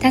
大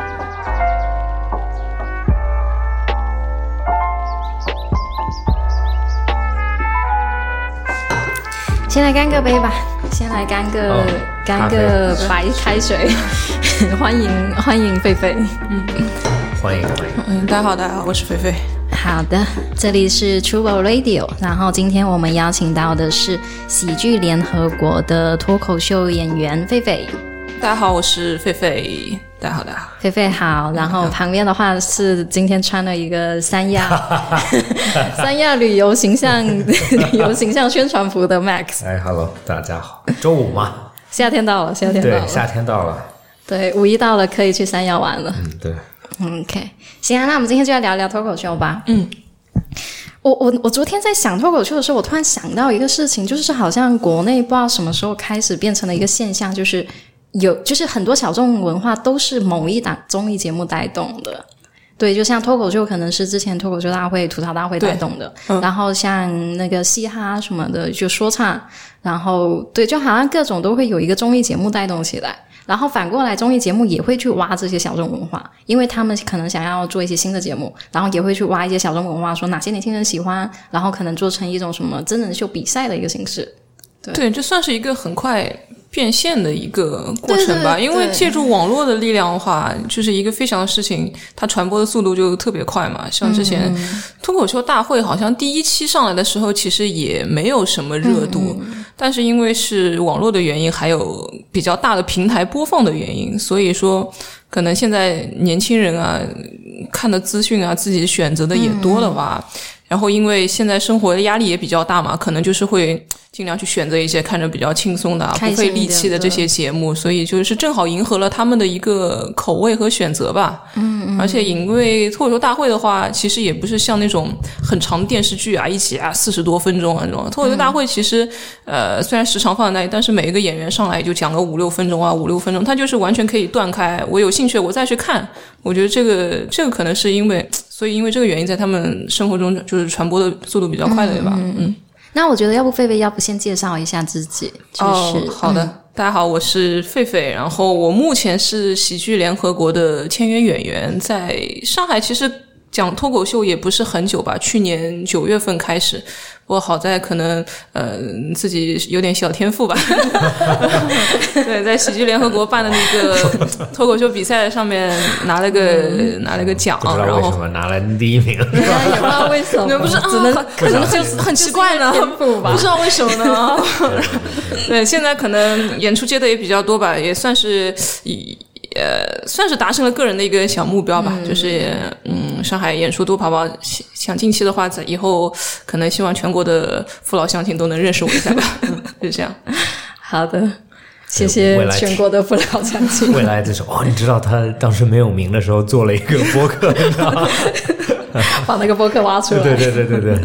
先来干个杯吧，先来干个、哦干个白开水， 欢迎欢迎狒狒。欢迎欢迎，嗯，大家好，大家好，我是菲菲。好的，这里是 Trouble Radio，然后今天我们邀请到的是喜剧联合国的脱口秀演员狒狒，大家好，我是菲菲。大家好，大家好。狒狒好，然后旁边的话是今天穿了一个三亚三亚旅游形象旅游形象宣传服的 Max，哎，Hello，大家好，周五嘛，夏天到了，夏天到对，了，夏天到了，对，五一到了可以去三亚玩了。嗯，对， OK，行啊，那我们今天就来聊聊脱口秀吧。嗯，我我我昨天在想脱口秀的时候，我突然想到一个事情，就是好像国内不知道什么时候开始变成了一个现象，就是有就是很多小众文化都是某一档综艺节目带动的。对，就像脱口秀可能是之前脱口秀大会、吐槽大会带动的，然后像那个嘻哈什么的就说唱，然后对，就好像各种都会有一个综艺节目带动起来。然后反过来，综艺节目也会去挖这些小众文化，因为他们可能想要做一些新的节目，然后也会去挖一些小众文化，说哪些年轻人喜欢，然后可能做成一种什么真人秀比赛的一个形式。对，这算是一个很快变现的一个过程吧，对对对因为借助网络的力量的话，就是一个非常事情，它传播的速度就特别快嘛。像之前嗯脱口秀大会，好像第一期上来的时候，其实也没有什么热度，嗯但是因为是网络的原因，还有比较大的平台播放的原因，所以说可能现在年轻人啊看的资讯啊，自己选择的也多了吧。嗯然后，因为现在生活的压力也比较大嘛，可能就是会尽量去选择一些看着比较轻松的、啊、开不心费一点力气的这些节目，所以就是正好迎合了他们的一个口味和选择吧。嗯嗯。而且，因为脱口秀大会的话，其实也不是像那种很长的电视剧啊，一集啊四十多分钟啊那种。脱口秀大会其实、呃，虽然时长放在那里，但是每一个演员上来也就讲个五六分钟啊，五六分钟，他就是完全可以断开。我有兴趣，我再去看。我觉得这个这个可能是因为，所以因为这个原因，在他们生活中就是传播的速度比较快的，对吧？嗯，那我觉得，要不菲菲，要不先介绍一下自己？就是、哦、好的。大家好，我是狒狒，然后我目前是喜剧联合国的签约演员，在上海其实讲脱口秀也不是很久吧，去年九月份开始。不过好在可能呃自己有点小天赋吧， 对，在喜剧联合国办的那个脱口秀比赛上面拿了个拿了个奖嗯不，知然道为后什么拿了第一名， 嗯，也不知道为什么，你们不是啊只能可能就是很奇怪呢，不知道为什么 呢？对，现在可能演出接的也比较多吧，也算是以。呃，算是达成了个人的一个小目标吧，就是嗯，上海演出多跑跑，想想近期的话，在以后可能希望全国的父老乡亲都能认识我一下 吧，就这样。好的。谢未谢来全国的不老乡亲。未来就是哦，你知道他当时没有名的时候做了一个播 客，你知道吗把那个播客挖出来。对对对对 对，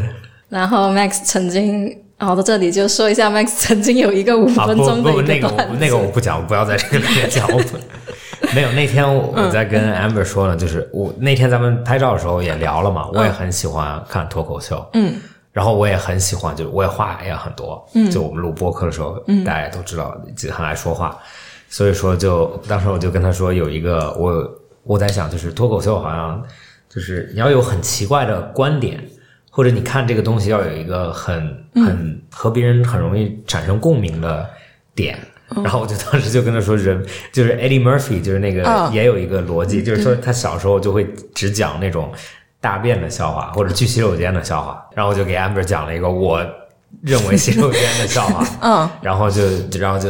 然后 Max 曾经，哦，到这里就说一下，Max 曾经有一个五啊不分钟的不一那个段子我那个我不讲，我不要在这个里面讲，我不没有那天我嗯我在跟 Amber 说呢，就是我那天咱们拍照的时候也聊了嘛，我嗯也很喜欢看脱口秀，嗯。然后我也很喜欢，就是我也话也很多，嗯，就我们录播客的时候，嗯，大家也都知道就很爱说话，所以说就当时我就跟他说有一个我我在想就是脱口秀好像就是你要有很奇怪的观点，或者你看这个东西要有一个很很和别人很容易产生共鸣的点。然后我就当时就跟他说人，就是 Eddie Murphy，就是那个啊也有一个逻辑，就是说他小时候就会只讲那种大便的笑话或者去洗手间的笑话。然后我就给 Amber 讲了一个我认为洗手间的笑话，嗯，然后就然后就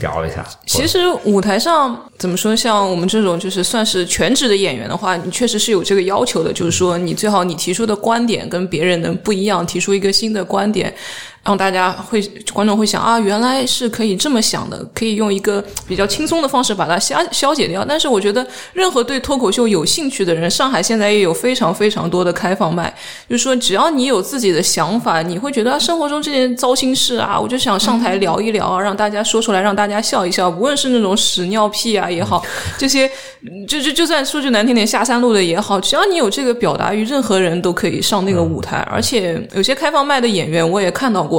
聊了一下。其实舞台上怎么说，像我们这种就是算是全职的演员的话，你确实是有这个要求的，就是说你最好你提出的观点跟别人能不一样，提出一个新的观点。让大家会观众会想啊，原来是可以这么想的，可以用一个比较轻松的方式把它消消解掉。但是我觉得，任何对脱口秀有兴趣的人，上海现在也有非常非常多的开放麦，就是说只要你有自己的想法，你会觉得、啊、生活中这些糟心事啊，我就想上台聊一聊啊，让大家说出来，让大家笑一笑。无论是那种屎尿屁啊也好，这些就就就算说句难听点下三路的也好，只要你有这个表达欲，任何人都可以上那个舞台。而且有些开放麦的演员，我也看到过。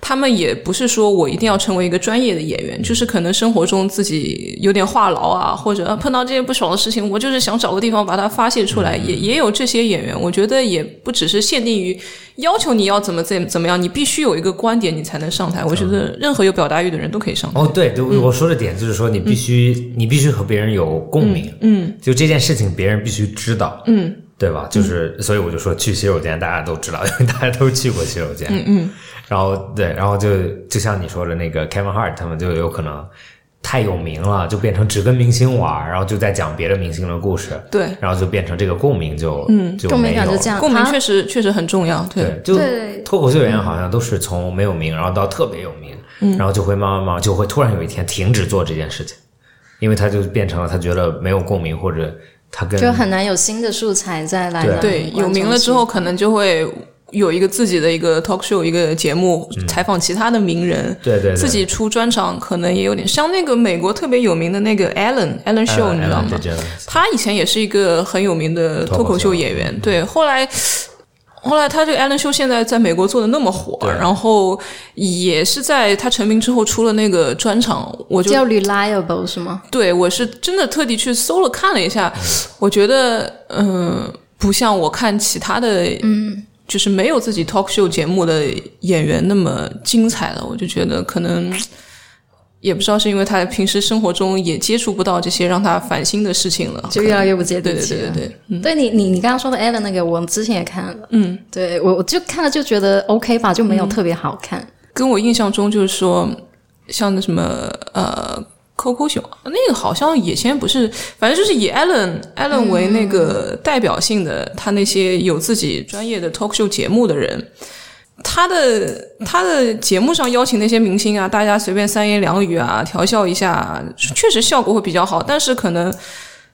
他们也不是说我一定要成为一个专业的演员，就是可能生活中自己有点话痨啊，或者碰到这些不爽的事情，我就是想找个地方把它发泄出来。也也有这些演员，我觉得也不只是限定于要求你要怎么怎怎么样，你必须有一个观点你才能上台。我觉得任何有表达欲的人都可以上台。哦，对，对，我说的点就是说，你必须、你必须和别人有共鸣，嗯，就这件事情别人必须知道，嗯，对吧？就是，所以我就说去洗手间，大家都知道，因为大家都去过洗手间，嗯嗯，然后对，然后就就像你说的那个 Kevin Hart，他们就有可能太有名了，就变成只跟明星玩，然后就在讲别的明星的故事，对，然后就变成这个共鸣就嗯就共鸣没有感了就这样，共鸣他确实确实很重要。对，对，就对脱口秀演员好像都是从没有名，然后到特别有名，然后就会慢慢慢慢就会突然有一天停止做这件事情，因为他就变成了他觉得没有共鸣，或者他跟就很难有新的素材再来对让对，观有众名了喜之后，可能就会有一个自己的一个 talk show，一个节目，采访其他的名人，嗯对对对自己出专场，可能也有点像那个美国特别有名的那个 Alan 哎 Alan 呃 Show，你知道吗？他以前也是一个很有名的脱脱口口秀秀嗯演员，对，后来。后来他这个 Alan 秀现在在美国做的那么火，对然后也是在他成名之后出了那个专场，我就叫 reliable 是吗？对，我是真的特地去搜了看了一下，我觉得，嗯、不像我看其他的，嗯，就是没有自己 talk show 节目的演员那么精彩了。我就觉得可能也不知道是因为他平时生活中也接触不到这些让他烦心的事情了，就越来越不接对啊地对气对了。对对，对你你你刚刚说的 Alan 那个，我之前也看了，嗯，对我我就看了就觉得 OK 吧，就没有特别好看。跟我印象中就是说，像那什么呃。QQ 熊那个好像以前不是，反正就是以 Allen Allen 为那个代表性的，他那些有自己专业的 talk show 节目的人，他的他的节目上邀请那些明星啊，大家随便三言两语啊，调笑一下啊，确实效果会比较好，但是可能。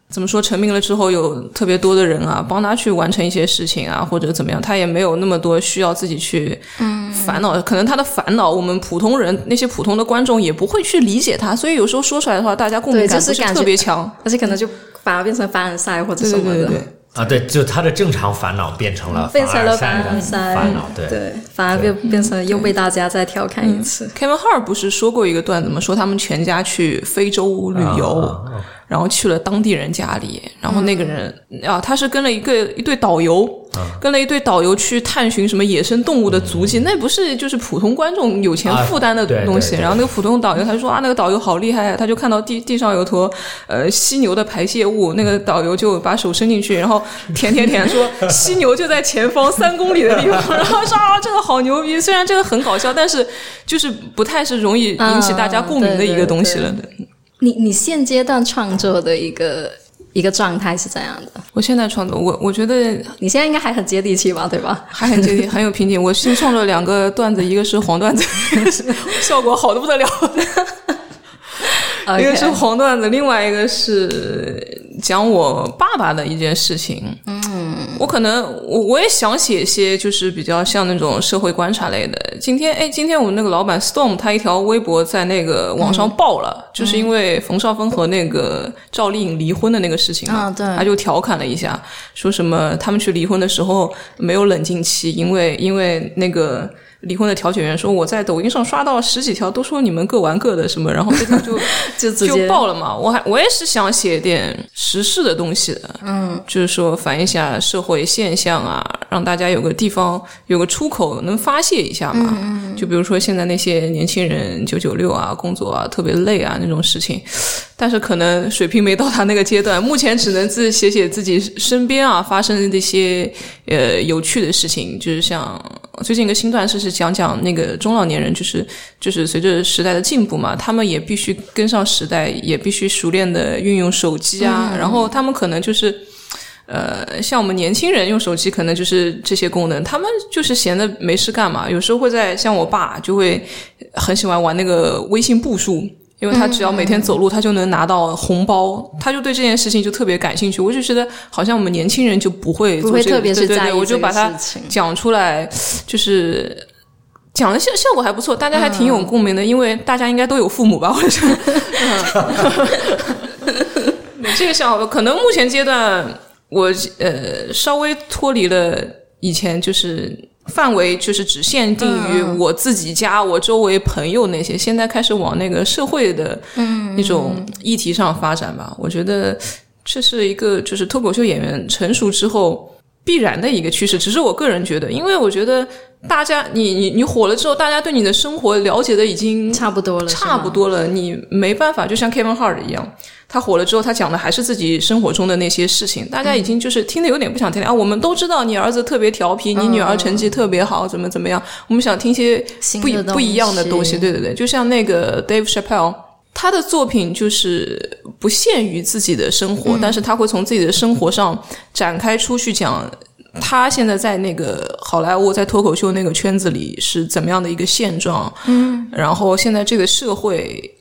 怎么说？成名了之后，有特别多的人啊，帮他去完成一些事情啊，或者怎么样，他也没有那么多需要自己去嗯烦恼。可能他的烦恼，我们普通人那些普通的观众也不会去理解他，所以有时候说出来的话，大家共鸣对感就是不是感觉特别强。而且可能就反而变成凡尔赛或者对什对么对的，对对。啊，对，就他的正常烦恼变成了变成了凡凡尔赛尔赛的烦恼，对，对，反而变变成又被大家再调侃一次。 Kevin Hart 不是说过一个段子吗？说他们全家去非洲旅游，啊啊然后去了当地人家里，然后那个人、嗯啊，他是跟了一个一队导游，啊跟了一队导游去探寻什么野生动物的足迹，那不是就是普通观众有钱嗯啊负担的对对东西。对然后那个普通导游他就说啊，那个导游好厉害啊，他就看到地地上有坨呃犀牛的排泄物，那个导游就把手伸进去，然后舔舔 舔说犀牛就在前方三公里的地方，然后说啊这个好牛逼，虽然这个很搞笑，但是就是不太是容易引起大家共鸣的一个东西了。嗯对你你现阶段创作的一个一个状态是怎样的？我现在创作，我我觉得你现在应该还很接地气吧，对吧？还很接地，很有瓶颈。我新创作两个段子，一个是黄段子，一个是 效果好的不得了，一个是 OK 黄段子，另外一个是讲我爸爸的一件事情。嗯，我可能我我也想写一些，就是比较像那种社会观察类的。今天哎，今天我们那个老板 Storm 他一条微博在那个网上爆了，嗯就是因为冯绍峰和那个赵丽颖离婚的那个事情嘛，啊对他就调侃了一下，说什么他们去离婚的时候没有冷静期，因为因为那个。离婚的调解员说：“我在抖音上刷到十几条，都说你们各玩各的什么，然后这条就 就直就接爆了嘛。我还我也是想写点时事的东西的，嗯，就是说反映一下社会现象啊，让大家有个地方有个出口能发泄一下嗯嘛。就比如说现在那些年轻人九九六啊，工作啊特别累啊那种事情，但是可能水平没到他那个阶段，目前只能自写写自己身边啊发生的这些呃有趣的事情，就是像最近一个新段式是讲讲那个中老年人，就是就是随着时代的进步嘛，他们也必须跟上时代，也必须熟练的运用手机啊，然后他们可能就是。呃，像我们年轻人用手机，可能就是这些功能，他们就是闲的没事干嘛，有时候会在像我爸就会很喜欢玩那个微信步数。因为他只要每天走路，他就能拿到红包，嗯他就对这件事情就特别感兴趣。我就觉得，好像我们年轻人就不会不做会这个特别是对对在对，意我就这个把它事情讲出来，就是讲的效效果还不错，大家还挺有共鸣的，因为大家应该都有父母吧，或者是。 嗯 这个想法，可能目前阶段我呃稍微脱离了以前就是。范围就是只限定于我自己家、我周围朋友那些，现在开始往那个社会的一种议题上发展吧。我觉得这是一个就是脱口秀演员成熟之后必然的一个趋势。只是我个人觉得，因为我觉得大家你你你火了之后，大家对你的生活了解的已经差不多了，差不多了，你没办法，就像 Kevin Hart 一样，他火了之后，他讲的还是自己生活中的那些事情，大家已经就是听得有点不想听了、啊。我们都知道你儿子特别调皮，嗯你女儿成绩特别好，怎么怎么样，我们想听些新不一的东不一样的东西。西对对对，就像那个 Dave Chappelle。他的作品就是不限于自己的生嗯活，但是他会从自己的生活上展开出去讲，他现在在那个好莱坞在脱口秀那个圈子里是怎么样的一个现状，嗯，然后现在这个社会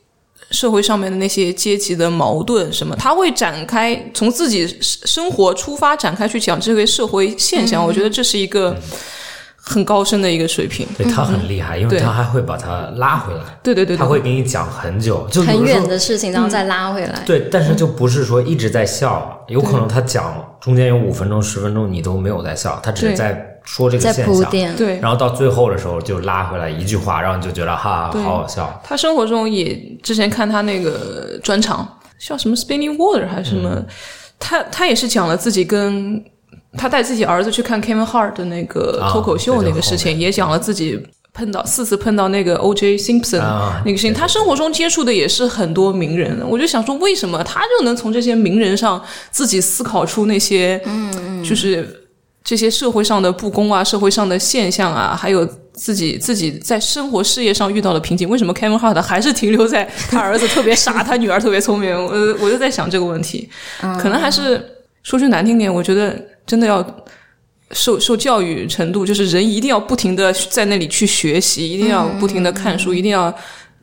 社会上面的那些阶级的矛盾什么，他会展开从自己生活出发展开去讲这个社会现象，我觉得这是一个很高深的一个水平。对他很厉害，因为对他还会把它拉回来，对对对对他会给你讲很久，就很有时远候的事情，然后再拉回来。对，但是就不是说一直在笑，嗯有可能他讲中间有五分钟、十分钟你都没有在笑，他只是对在说这个在现铺象，垫对，然后到最后的时候就拉回来一句话，然后你就觉得哈好对好笑。他生活中也之前看他那个专场，叫什么 Spinning Water 还是什么，他他也是讲了自己跟他带自己儿子去看 Kevin Hart 的那个啊脱口秀对那对个事后情，也讲了自己。碰到四次碰到那个 O.J. Simpson、啊那个事情，他生活中接触的也是很多名人，我就想说，为什么他就能从这些名人上自己思考出那些，嗯，就是这些社会上的不公啊，社会上的现象啊，还有自己自己在生活事业上遇到的瓶颈，为什么 Kevin Hart 还是停留在他儿子特别傻，他女儿特别聪明？我我就在想这个问题，可能还是说句难听点，我觉得真的要。受受教育程度，就是人一定要不停的在那里去学习，一定要不停的看书，一定要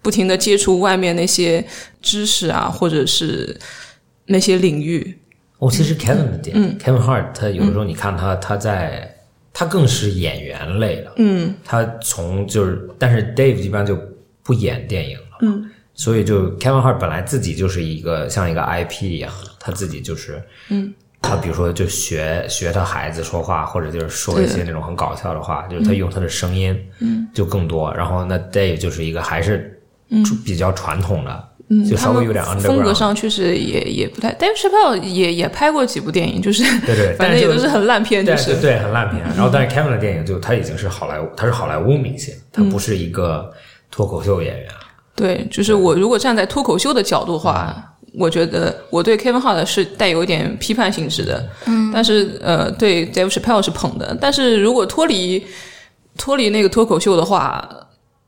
不停的接触外面那些知识啊，或者是那些领域。哦，其实嗯 Kevin 的点、k e v i n Hart 他有的时候你看他，他在他更是演员类的，嗯，他从就是，但是 Dave 一般就不演电影了，嗯，所以就 Kevin Hart 本来自己就是一个像一个 IP 一样的，他自己就是，嗯。他比如说，就学学他孩子说话，或者就是说一些那种很搞笑的话，就是他用他的声音，嗯，就更多。然后那 Dave 就是一个还是比较传统的，嗯就稍微有点嗯他 underground 们风格上确实也也不太。Dave Chappelle 也也拍过几部电影，就是对对 反但正是也就都是很烂片，就对是嗯对对，很烂片。然后，但是 Kevin 的电影就他已经是好莱坞，他是好莱坞明星，他嗯不是一个脱口秀演员。对，就是我如果站在脱口秀的角度的话，嗯我觉得我对 Kevin Hart 是带有一点批判性质的，嗯，但是呃，对 Dave Chappelle 是捧的，但是如果脱离脱离那个脱口秀的话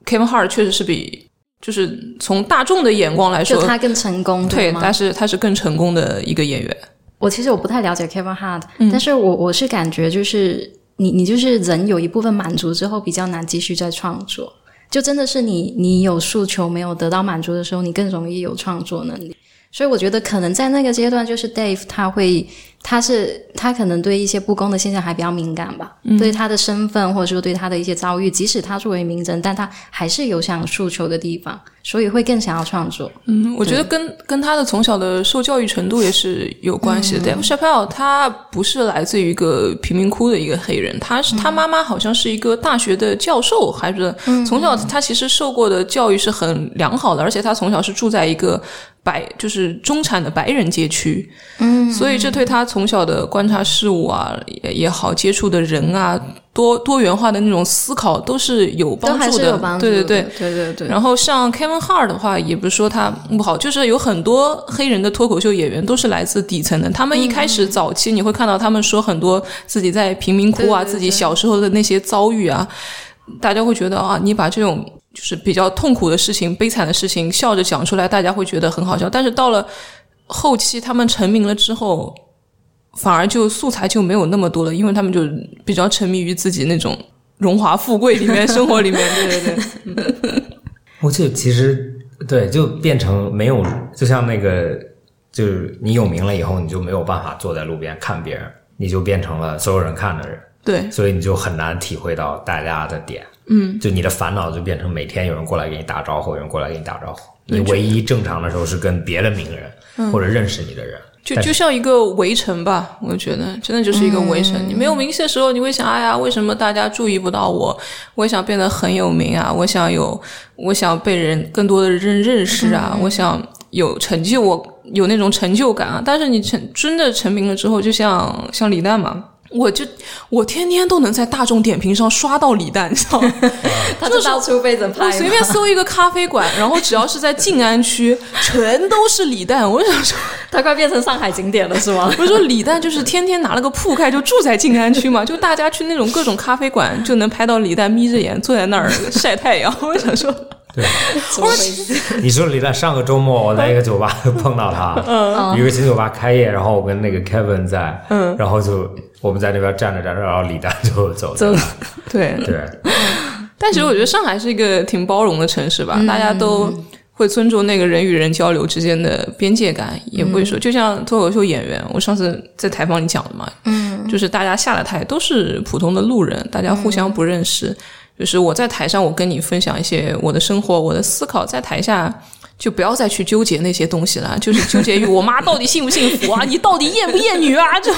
，Kevin Hart 确实是比就是从大众的眼光来就说，他更成功，对，吗？他是他是更成功的一个演员，我其实我不太了解 Kevin Hart，、但嗯是我我是感觉就是你你就是人有一部分满足之后比较难继续再创作，就真的是你你有诉求没有得到满足的时候，你更容易有创作能力。所以我觉得可能在那个阶段，就是 Dave 他会，他是他可能对一些不公的现象还比较敏感吧，嗯对他的身份或者说对他的一些遭遇，即使他作为名人，但他还是有想诉求的地方，所以会更想要创作。嗯，我觉得跟跟他的从小的受教育程度也是有关系的。Dave 嗯 Chappelle 他不是来自于一个贫民窟的一个黑人，他是、嗯他妈妈好像是一个大学的教授，还是从小嗯他其实受过的教育是很良好的，而且他从小是住在一个白就是中产的白人街区，嗯，所以这对他从小的观察事物啊也也好，接触的人啊，多多元化的那种思考都是有帮都还助是的，有帮助对的，对对。对对对。然后像 Kevin Hart 的话，也不是说他不好，就是有很多黑人的脱口秀演员都是来自底层的。他们一开嗯始早期你会看到他们说很多自己在贫民窟啊，对对对自己小时候的那些遭遇啊，大家会觉得啊，你把这种就是比较痛苦的事情、悲惨的事情笑着讲出来，大家会觉得很好笑。但是到了后期他们成名了之后，反而就素材就没有那么多了，因为他们就比较沉迷于自己那种荣华富贵里 面生活里面，对对对，我就其实对，就变成没有，就像那个，就是你有名了以后，你就没有办法坐在路边看别人，你就变成了所有人看的人，对所以你就很难体会到大家的点。嗯，就你的烦恼就变成每天有人过来给你打招呼，有人过来给你打招呼。你唯一正常的时候是跟别的名人、或者认识你的人，就但就是像一个围城吧，我觉得真的就是一个围城。你没有名气的时候，你会想，哎呀，为什么大家注意不到我？我想变得很有名啊，我想有，我想被人更多的人认识啊，我想有成就，我有那种成就感啊。但是你成真的成名了之后，就像像李诞嘛。我就我天天都能在大众点评上刷到李诞，你知道吗？他就到处被人拍我随便搜一个咖啡馆，然后只要是在静安区，全都是李诞。我就想说，他快变成上海景点了是吗？我说李诞就是天天拿了个铺盖就住在静安区嘛，就大家去那种各种咖啡馆就能拍到李诞眯着眼坐在那儿晒太阳。我想说，怎么回事？你说李诞上个周末我在一个酒吧 碰到他，一个新酒吧开业，然后我跟那个 Kevin 在，然后就我们在那边站着站着，然后李诞就走了。对，对，但其实我觉得上海是一个挺包容的城市吧，大家都会尊重那个人与人交流之间的边界感，也不会说，就像脱口秀演员，我上次在采访里讲的嘛，嗯，就是大家下了台都是普通的路人，大家互相不认识。就是我在台上，我跟你分享一些我的生活、我的思考，在台下就不要再去纠结那些东西了，就是纠结于我妈到底幸不幸福啊，你到底厌不厌女啊，就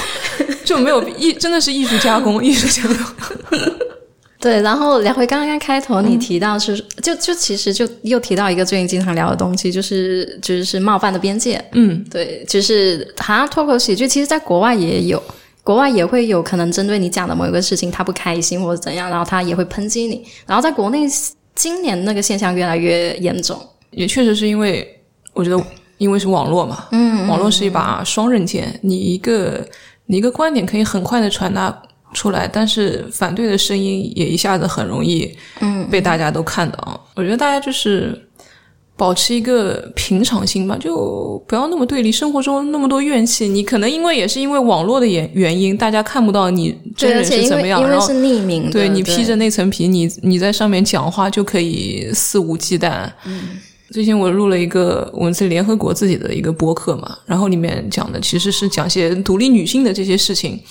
就没有艺，真的是艺术加工，艺术加工。 对，然后聊回刚刚开头你提到是，就就其实就又提到一个最近经常聊的东西，就是就是冒犯的边界。嗯，对，就是好像脱口喜剧，其实在国外也有，国外也会有可能针对你讲的某一个事情，他不开心或者怎样，然后他也会抨击你。然后在国内今年那个现象越来越严重。也确实是因为，我觉得因为是网络嘛，嗯，网络是一把双刃剑，你一个你一个观点可以很快的传达出来，但是反对的声音也一下子很容易，嗯，被大家都看嗯到。我觉得大家就是保持一个平常心吧，就不要那么对立。生活中那么多怨气，你可能因为也是因为网络的原原因，大家看不到你真对，而人且是因怎么为样，因为然后是匿名的，对你披着那层皮，你你在上面讲话就可以肆无忌惮。嗯，最近我录了一个我们是联合国自己的一个播客嘛，然后里面讲的其实是讲些独立女性的这些事情，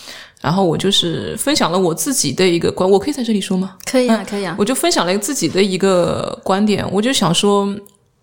然后我就是分享了我自己的一个观，我可以在这里说吗？可以啊，可以啊，我就分享了自己的一个观点，我就想说，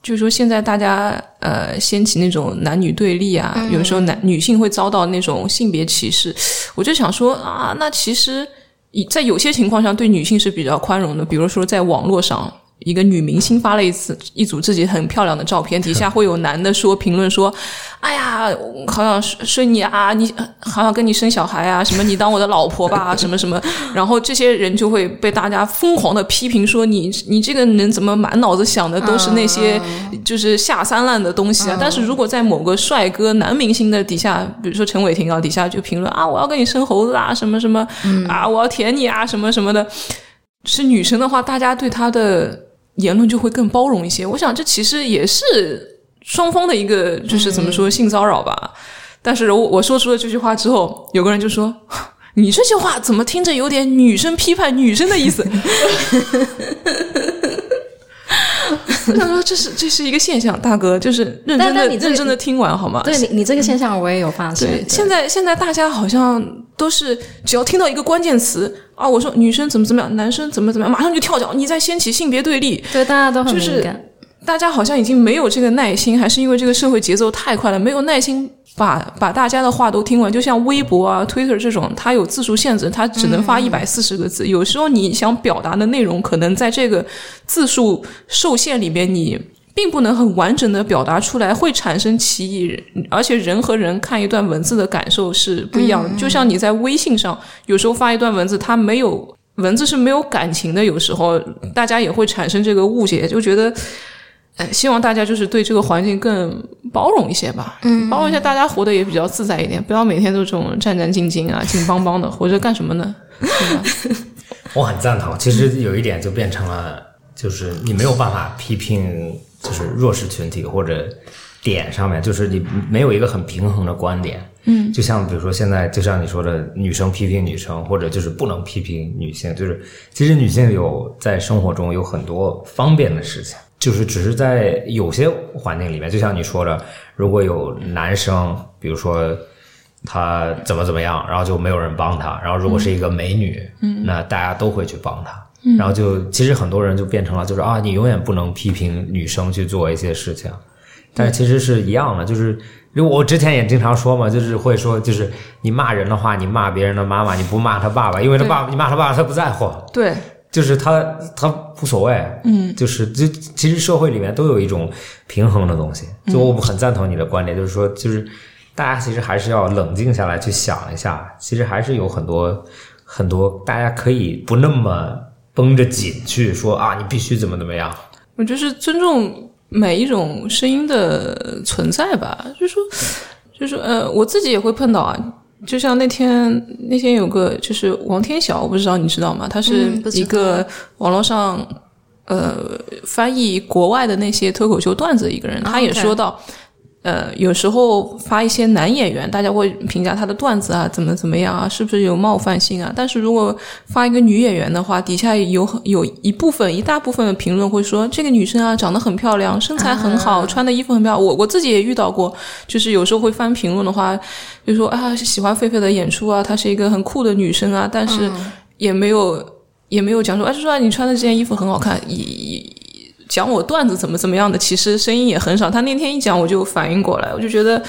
就是说现在大家呃掀起那种男女对立啊，嗯有时候男女性会遭到那种性别歧视，我就想说啊，那其实以在有些情况上对女性是比较宽容的，比如说在网络上。一个女明星发了一次一组自己很漂亮的照片，底下会有男的说评论说：“哎呀，好想睡你啊，你好想跟你生小孩啊，什么你当我的老婆吧，什么什么。”然后这些人就会被大家疯狂的批评说你你这个人怎么满脑子想的都是那些就是下三滥的东西啊！但是如果在某个帅哥男明星的底下，比如说陈伟霆啊，底下就评论啊我要跟你生猴子啊什么什么啊我要舔你啊什么什么的，是女生的话，大家对她的言论就会更包容一些。我想这其实也是双方的一个就是怎么嗯说性骚扰吧。但是我我说出了这句话之后，有个人就说。 你这句话怎么听着有点女生批判女生的意思？ 我想说，这是这是一个现象，大哥，就是认真但的但你这个认真的听完好吗？对你你这个现象我也有发现对，，现在在现在大家好像都是只要听到一个关键词啊，我说女生怎么怎么样，男生怎么怎么样，马上就跳脚，你在掀起性别对立。对大家都很就是敏感。大家好像已经没有这个耐心，还是因为这个社会节奏太快了，没有耐心把把大家的话都听完。就像微博啊、Twitter 这种，它有字数限制，它只能发一百四十个字。有时候你想表达的内容，可能在这个字数受限里面，你。并不能很完整的表达出来，会产生歧义，而且人和人看一段文字的感受是不一样的。就像你在微信上，有时候发一段文字，它没有文字是没有感情的，有时候大家也会产生这个误解，就觉得呃，希望大家就是对这个环境更包容一些吧，嗯，包容一下，大家活得也比较自在一点，不要每天都这种战战兢兢 啊、紧邦邦的，活着干什么呢？我很赞同。其实有一点就变成了，就是你没有办法批评，就是弱势群体或者点上面，就是你没有一个很平衡的观点。嗯，就像比如说现在，就像你说的，女生批评女生，或者就是不能批评女性，就是其实女性有在生活中有很多方便的事情，就是只是在有些环境里面，就像你说的，如果有男生，比如说。他怎么怎么样，然后就没有人帮他。然后如果是一个美女，嗯，那大家都会去帮他。然后就其实很多人就变成了就是啊，你永远不能批评女生去做一些事情，但是其实是一样的，就是因为我之前也经常说嘛，就是会说就是你骂人的话，你骂别人的妈妈，你不骂他爸爸，因为他爸你骂他爸爸他不在乎，对，就是他他无所谓，嗯，就是就其实社会里面都有一种平衡的东西，嗯就我很赞同你的观点，就是说就是大家其实还是要冷静下来去想一下，其实还是有很多很多大家可以不那么绷着紧去说啊，你必须怎么怎么样，我就是尊重每一种声音的存在吧，就是说，就是呃，我自己也会碰到啊。就像那天那天有个就是王天晓，我不知道你知道吗？他是嗯不知一道个网络上呃翻译国外的那些脱口秀段子的一个人，他也 OK 说到。呃，有时候发一些男演员，大家会评价他的段子啊，怎么怎么样啊，是不是有冒犯性啊？但是如果发一个女演员的话，底下有有一部分一大部分的评论会说这个女生啊长得很漂亮，身材很好，穿的衣服很漂亮。我我自己也遇到过，就是有时候会翻评论的话，就说啊喜欢狒狒的演出啊，她是一个很酷的女生啊，但是也没有也没有讲说，哎，就说啊你穿的这件衣服很好看，也也讲我段子怎么怎么样的，其实声音也很少。他那天一讲，我就反应过来，我就觉得。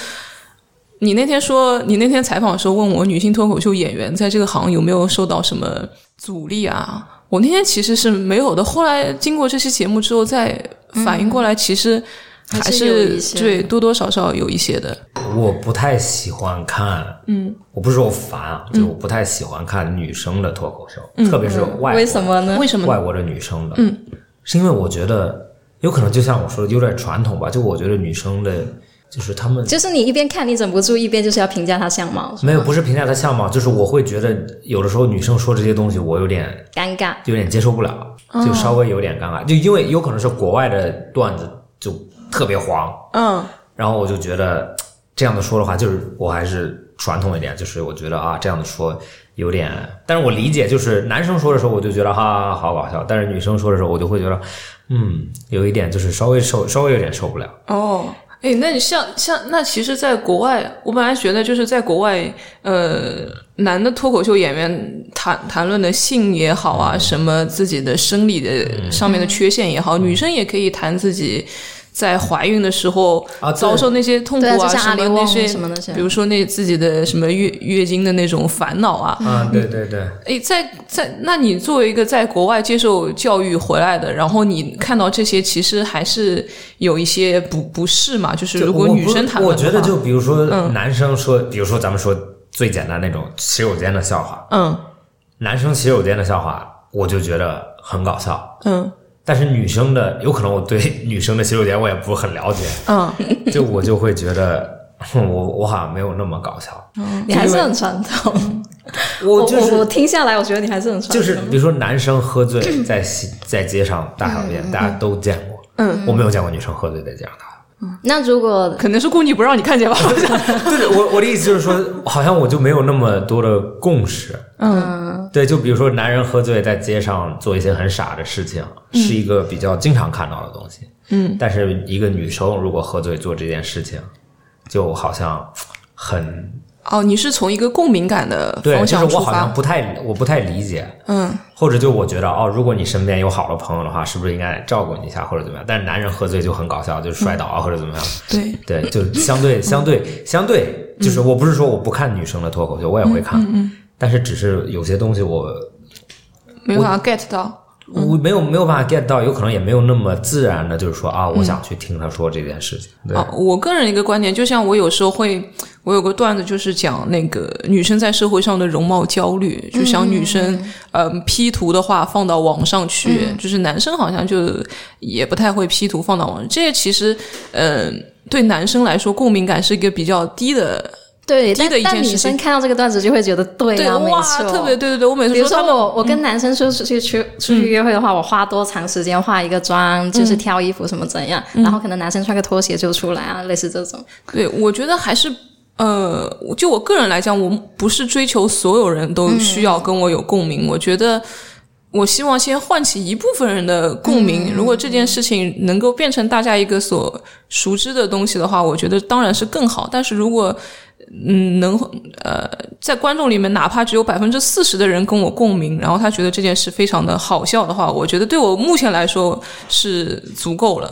你那天说，你那天采访的时候问我，女性脱口秀演员在这个行有没有受到什么阻力啊？我那天其实是没有的。后来经过这期节目之后，再反应过来，其实还还是有一些对多多少少有一些的。我不太喜欢看，嗯，我不是说我烦啊，就是我不太喜欢看女生的脱口秀，特别是外国嗯为什么呢？为什么呢？外国的女生的，嗯，是因为我觉得有可能就像我说的有点传统吧，就我觉得女生的，就是她们就是你一边看你忍不住，一边就是要评价她相貌，没有不是评价她相貌，就是我会觉得有的时候女生说这些东西，我有点尴尬。有点接受不了，就稍微有点尴尬，就因为有可能是国外的段子就特别黄，嗯，然后我就觉得这样的说的话，就是我还是传统一点，就是我觉得啊，这样的说有点，但是我理解，就是男生说的时候，我就觉得哈、啊、好搞笑，但是女生说的时候，我就会觉得，嗯，有一点就是稍微受稍微有点受不了。哦，哎，那你像像那其实，在国外，我本来觉得就是在国外，呃，男的脱口秀演员谈谈论的性也好啊，什么自己的生理嗯的上面的缺陷也好，女生也可以谈自己。在怀孕的时候啊对遭受那些痛苦对啊就像什阿么里那旺些什么那些比如说那自己的什么月月经的那种烦恼啊，啊，对对对，诶，在在，那你作为一个在国外接受教育回来的，然后你看到这些，其实还是有一些不不适嘛。就是就如果我女不生谈我论的觉得话嗯就比如说男生说，比如说咱们说最简单那种洗手间的笑话，嗯男生洗手间的笑话，我就觉得很搞笑。嗯但是女生的，有可能我对女生的洗手间我也不是很了解，嗯，就我就会觉得， 哼我我好像没有那么搞笑。嗯你还是很传统。我就我我是听下来，我觉得你还是很传统。就是，比如说男生喝醉在西在街上大小便，大家都见过。嗯，我没有见过女生喝醉在街上大小那如果可能是顾女不让你看见吧。 便。对，我我的意思就是说，好像我就没有那么多的共识。嗯，对，就比如说男人喝醉在街上做一些很傻的事情，是一个比较经常看到的东西。嗯，但是一个女生如果喝醉做这件事情，就好像很哦，你是从一个共鸣感的对，方就向是出我好像发。不太我不太理解。嗯，或者就我觉得哦，如果你身边有好的朋友的话，是不是应该照顾你一下或者怎么样？但是男人喝醉就很搞笑，就摔倒啊、或者怎么样，对，对，就相对相对相对，就是我不是说我不看女生的脱口秀，我也会看，但是只是有些东西我没办法 get 到。我没有没有办法 get 到，有可能也没有那么自然的，就是说啊，我想去听他说这件事情，对，啊，我个人一个观点，就像我有时候会，我有个段子就是讲那个女生在社会上的容貌焦虑，就想女生，嗯、P 图的话放到网上去，嗯就是男生好像就也不太会 P 图放到网上，这些其实，嗯、对男生来说共鸣感是一个比较低的，对，低但的一件但事情女生看到这个段子就会觉得对啊，没哇，错，特别。对对对，我每次比如说他说们嗯我，我跟男生说出去去出去约会的话，我花多长时间化一个妆，嗯就是挑衣服什么怎样，然后可能男生穿个拖鞋就出来啊，类似这种。对，我觉得还是呃，就我个人来讲，我不是追求所有人都需要跟我有共鸣，我觉得。我希望先唤起一部分人的共鸣。如果这件事情能够变成大家一个所熟知的东西的话，我觉得当然是更好。但是如果嗯能呃在观众里面，哪怕只有百分之四十的人跟我共鸣，然后他觉得这件事非常的好笑的话，我觉得对我目前来说是足够了。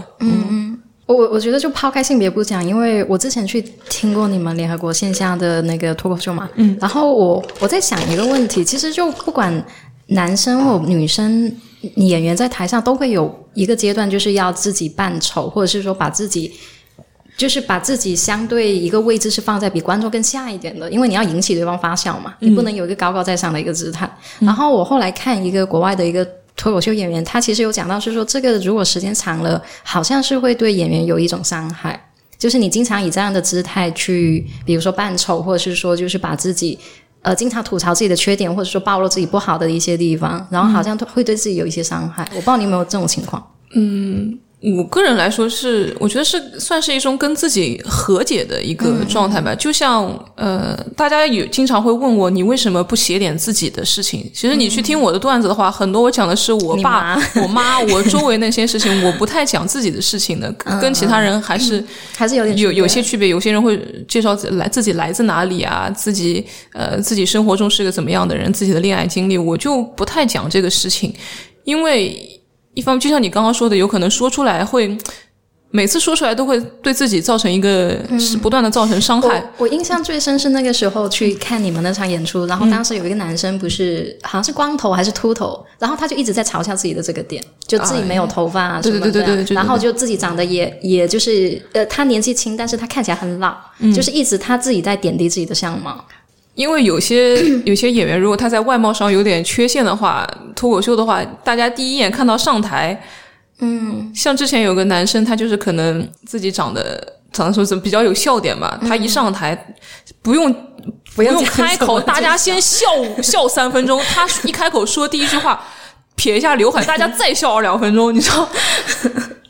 我我我觉得就抛开性别不讲，因为我之前去听过你们联合国线下的那个脱口秀嘛，嗯，然后我我在想一个问题，其实就不管男生或女生，演员在台上都会有一个阶段，就是要自己扮丑，或者是说把自己。就是把自己相对一个位置是放在比观众更下一点的，因为你要引起对方发笑嘛，你不能有一个高高在上的一个姿态。然后我后来看一个国外的一个脱口秀演员，他其实有讲到是说，这个如果时间长了，好像是会对演员有一种伤害，就是你经常以这样的姿态去，比如说扮丑，或者是说就是把自己。呃，经常吐槽自己的缺点，或者说暴露自己不好的一些地方，然嗯后好像会对自己有一些伤害。我不知道你有没有这种情况。我个人来说是，我觉得是算是一种跟自己和解的一个嗯状态吧。就像呃，大家有经常会问我，你为什么不写点自己的事情？其实你去听我的段子的话，很多我讲的是我嗯你爸妈、我妈、我周围那些事情，我不太讲自己的事情的，嗯跟其他人还是还是有点有区别有些区别。有些人会介绍自来自己来自哪里啊，自己呃自己生活中是个怎么样的人，自己的恋爱经历，我就不太讲这个事情，因为一方面就像你刚刚说的，有可能说出来会。每次说出来都会对自己造成一个是嗯不断的造成伤害，我我印象最深是那个时候去看你们那场演出，然嗯后当时有一个男生不是、好像是光头还是秃头，然后他就一直在嘲笑自己的这个点，就自己没有头发啊什对么的，对对对对对对然后就自己长得也也就是呃他年纪轻，但是他看起来很老，就是一直他自己在贬低自己的相貌。因为有些 有些演员，如果他在外貌上有点缺陷的话，脱口秀的话，大家第一眼看到上台，嗯，像之前有个男生，他就是可能自己长得长得说是比较有笑点吧，他一上台不用嗯不用用讲开什么口，就大家先 笑笑三分钟，他一开口说第一句话。撇一下刘海，大家再笑两分钟，你知道？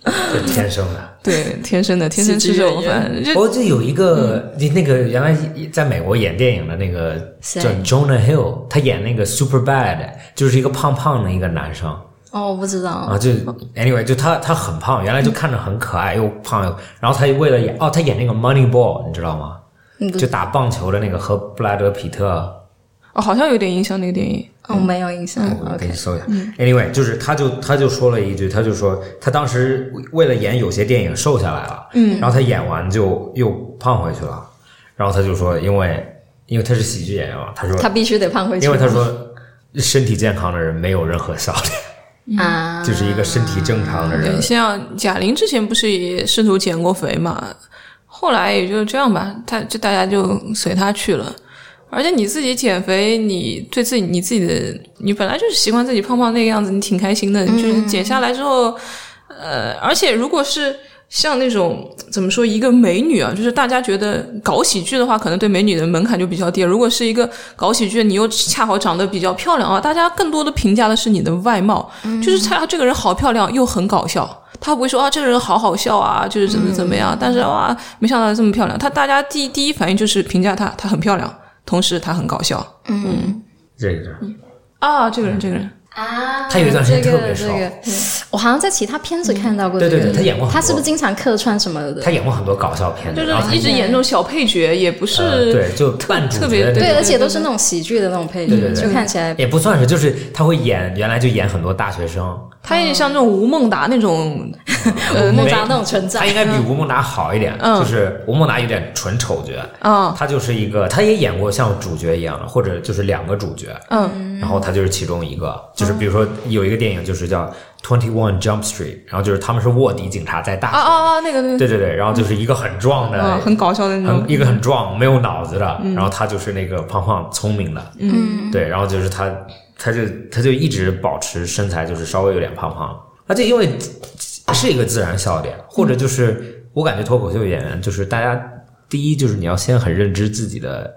这是天生的。对，天生的，天生吃这种饭。就我就有一个，你那个原来在美国演电影的那个谁叫 Jonah Hill，他演那个 Super Bad，就是一个胖胖的一个男生哦，我不知道，啊，就 anyway，就他他很胖，原来就看着很可爱又胖又，然后他为了演哦，他演那个 Moneyball，你知道吗？嗯不就打棒球的那个和布拉德皮特，哦，好像有点印象那个电影。哦，没有印象。我 OK，给你搜一下。Anyway，就是他就他就说了一句，他就说他当时为了演有些电影瘦下来了，嗯，然后他演完就又胖回去了，然后他就说，因为因为他是喜剧演员嘛，他说，他必须得胖回去，因为他说身体健康的人没有任何笑点，嗯啊，就是一个身体正常的人对，。像贾玲之前不是也试图减过肥嘛，后来也就这样吧，她就大家就随她去了。而且你自己减肥，你对自己你自己的，你本来就是习惯自己胖胖那个样子，你挺开心的。嗯你就是减下来之后，呃，而且如果是像那种怎么说一个美女啊，就是大家觉得搞喜剧的话，可能对美女的门槛就比较低。如果是一个搞喜剧，你又恰好长得比较漂亮啊，大家更多的评价的是你的外貌，就是她这个人好漂亮又很搞笑。他不会说啊，这个人好好笑啊，就是怎么怎么样。但是哇，没想到她这么漂亮。他大家第第一反应就是评价她，她很漂亮，同时她很搞笑这个啊。这个人，这个人，啊，他有一段时间这个特别瘦这个嗯我好像在其他片子看到过这对个对人。对，他演过很多，他是不是经常客串什么的？他演过很多搞笑片就子？然后他是一直演那种小配角，也不是、呃对，就特扮主特角别的对，那而种。且都是那种喜剧的那种配对对乐，对就看起来也不算是，就是他会演，原来就演很多大学生，他有点像那种吴孟达那种，呃，莫那扎那种存他在应。该比吴孟达好一点，嗯就是吴孟达有点纯丑角，啊，他就是一个，他也演过像主角一样的，或者就是两个主角，嗯，然后他就是其中一个，就是比如说有一个电影就是叫《Twenty One Jump Street》，然后就是他们是卧底警察在大啊学，啊啊，那个那个，对对对，然后就是嗯一个很壮的，啊，很搞笑的那种呃很，一个很壮没有脑子的，然后他就是那个胖胖聪明的，嗯，对，然后就是他，他就他就一直保持身材就是稍微有点胖胖，而且因为是一个自然笑点，或者就是我感觉脱口秀演员就是大家第一就是你要先很认知自己的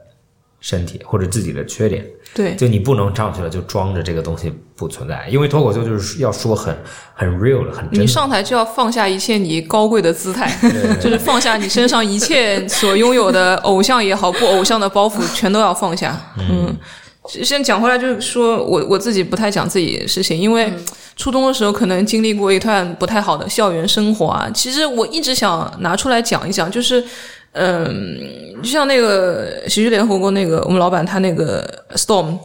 身体或者自己的缺点，对，就你不能上去了就装着这个东西不存在，因为脱口秀就是要说很很 real 的，很真你的。上台就要放下一切你高贵的姿态， 就是放下你身上一切所拥有的偶像也好，不偶像的包袱全都要放下。嗯，先讲回来，就是说我我自己不太讲自己的事情，因为初中的时候可能经历过一段不太好的校园生活啊。其实我一直想拿出来讲一讲，就是。嗯，就像那个喜剧联合国那个我们老板他那个 Storm，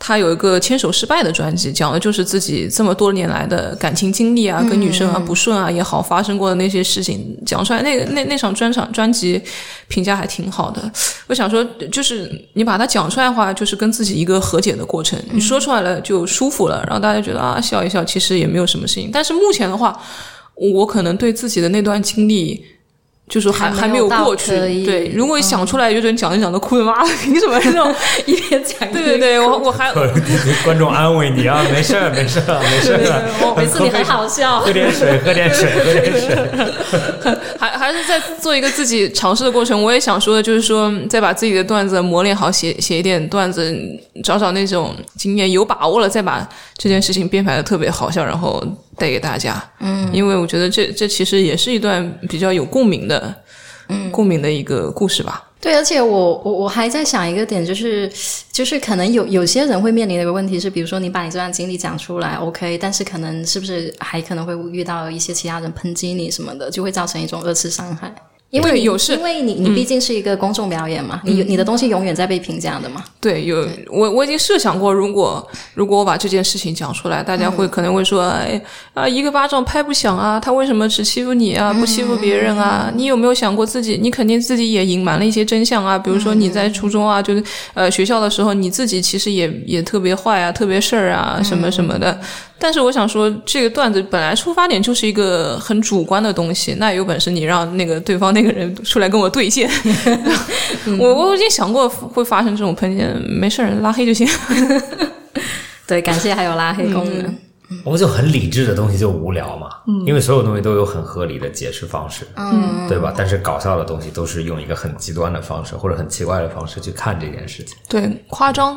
他有一个牵手失败的专辑，讲的就是自己这么多年来的感情经历嗯啊，跟女生啊不顺啊也好，发生过的那些事情讲出来。那个那那场专场专辑评价还挺好的。我想说，就是你把它讲出来的话，就是跟自己一个和解的过程。你说出来了就舒服了，让大家觉得啊笑一笑，其实也没有什么事情。但是目前的话，我可能对自己的那段经历。就是还还还没没有有到过去可，以对。如果想出来，有种讲着讲着哭的妈，凭什么这种？ 一边讲一对边对对，我我还 观众安慰你啊，没事儿，没事儿，没事儿，哭每次你 很好笑喝，点水，喝点水，喝点水。还还是在做一个自己尝试的过程。我也想说的就是说，再把自己的段子磨练好，写写一点段子，找找那种经验，有把握了再把这件事情编排的特别好笑，然后带给大家。嗯，因为我觉得这这其实也是一段比较有共鸣的，嗯，共鸣的一个故事吧。对，而且我我我还在想一个点，就是就是可能有有些人会面临的一个问题是，比如说你把你这段经历讲出来，OK，但是可能是不是还可能会遇到一些其他人抨击你什么的，就会造成一种二次伤害。因为对你有是因为你你毕竟是一个公众表演嘛，你你的东西永远在被评价的嘛。对，有我我已经设想过，如果如果我把这件事情讲出来，大家会、可能会说，哎啊，一个巴掌拍不响啊，他为什么只欺负你啊，不欺负别人啊？你有没有想过自己？你肯定自己也隐瞒了一些真相啊，比如说你在初中啊，就是呃学校的时候，你自己其实也也特别坏啊，特别事儿啊，什么什么的。但是我想说，这个段子本来出发点就是一个很主观的东西，那有本事你让那个对方那个人出来跟我对线，我我已经想过会发生这种喷溅，没事儿，拉黑就行。对，感谢还有拉黑功能。我就很理智的东西就无聊嘛，因为所有东西都有很合理的解释方式，嗯，对吧？但是搞笑的东西都是用一个很极端的方式或者很奇怪的方式去看这件事情， 对，夸张，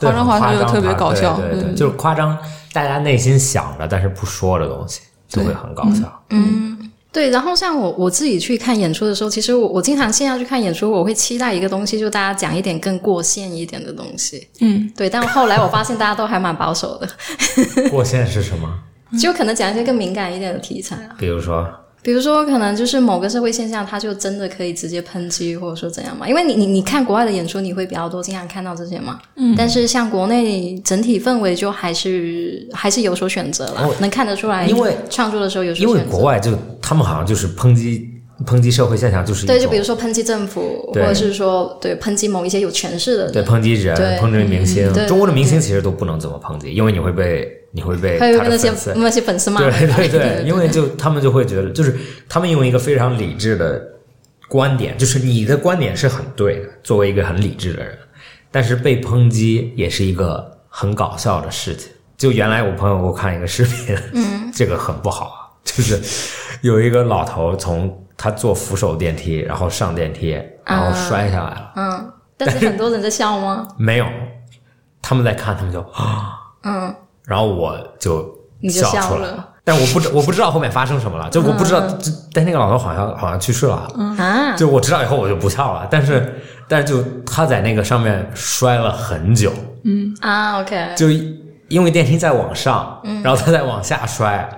对夸张化很又特别嘛搞笑。对对对，嗯就是夸张，大家内心想着但是不说的东西就会很搞笑，对，然后像我我自己去看演出的时候，其实我我经常现在去看演出，我会期待一个东西，就大家讲一点更过线一点的东西。嗯，对，但后来我发现大家都还蛮保守的，过线是什么？就可能讲一些更敏感一点的题材啊，比如说，比如说可能就是某个社会现象，它就真的可以直接抨击，或者说怎样嘛？因为你你你看国外的演出，你会比较多经常看到这些嘛。嗯，但是像国内整体氛围就还是还是有所选择啦，哦能看得出来，因为创作的时候有所因为选择。国外就他们好像就是抨击抨击社会现象，就是一对，就比如种说抨击政府，或对者是说对抨击某一些有权势的对人，抨击人对、嗯抨击明星对，中国的明星其实都不能怎么抨击，因为你会被你会被还有他那的些粉丝那些粉丝骂对回来对 对，因为就他们就会觉得，就是他们用一个非常理智的观点，就是你的观点是很对的，作为一个很理智的人，但是被抨击也是一个很搞笑的事情。就原来我朋友给我看一个视频，嗯， 这个很不好啊，就是有一个老头从他坐扶手电梯，然后上电梯，然啊后摔下来了，嗯，但是很多人在笑吗？没有，他们在看，他们就啊，嗯，然后我就你就笑笑出来了。嗯但我不知我不知道后面发生什么了，就我不知道，就但那个老头好像好像去世了，啊，就我知道以后我就不笑了。但是但是就他在那个上面摔了很久，啊，OK，就因为电梯在往上，嗯然后他在往下摔，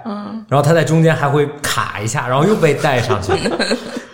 然后他在中间还会卡一下，然后又被带上 去，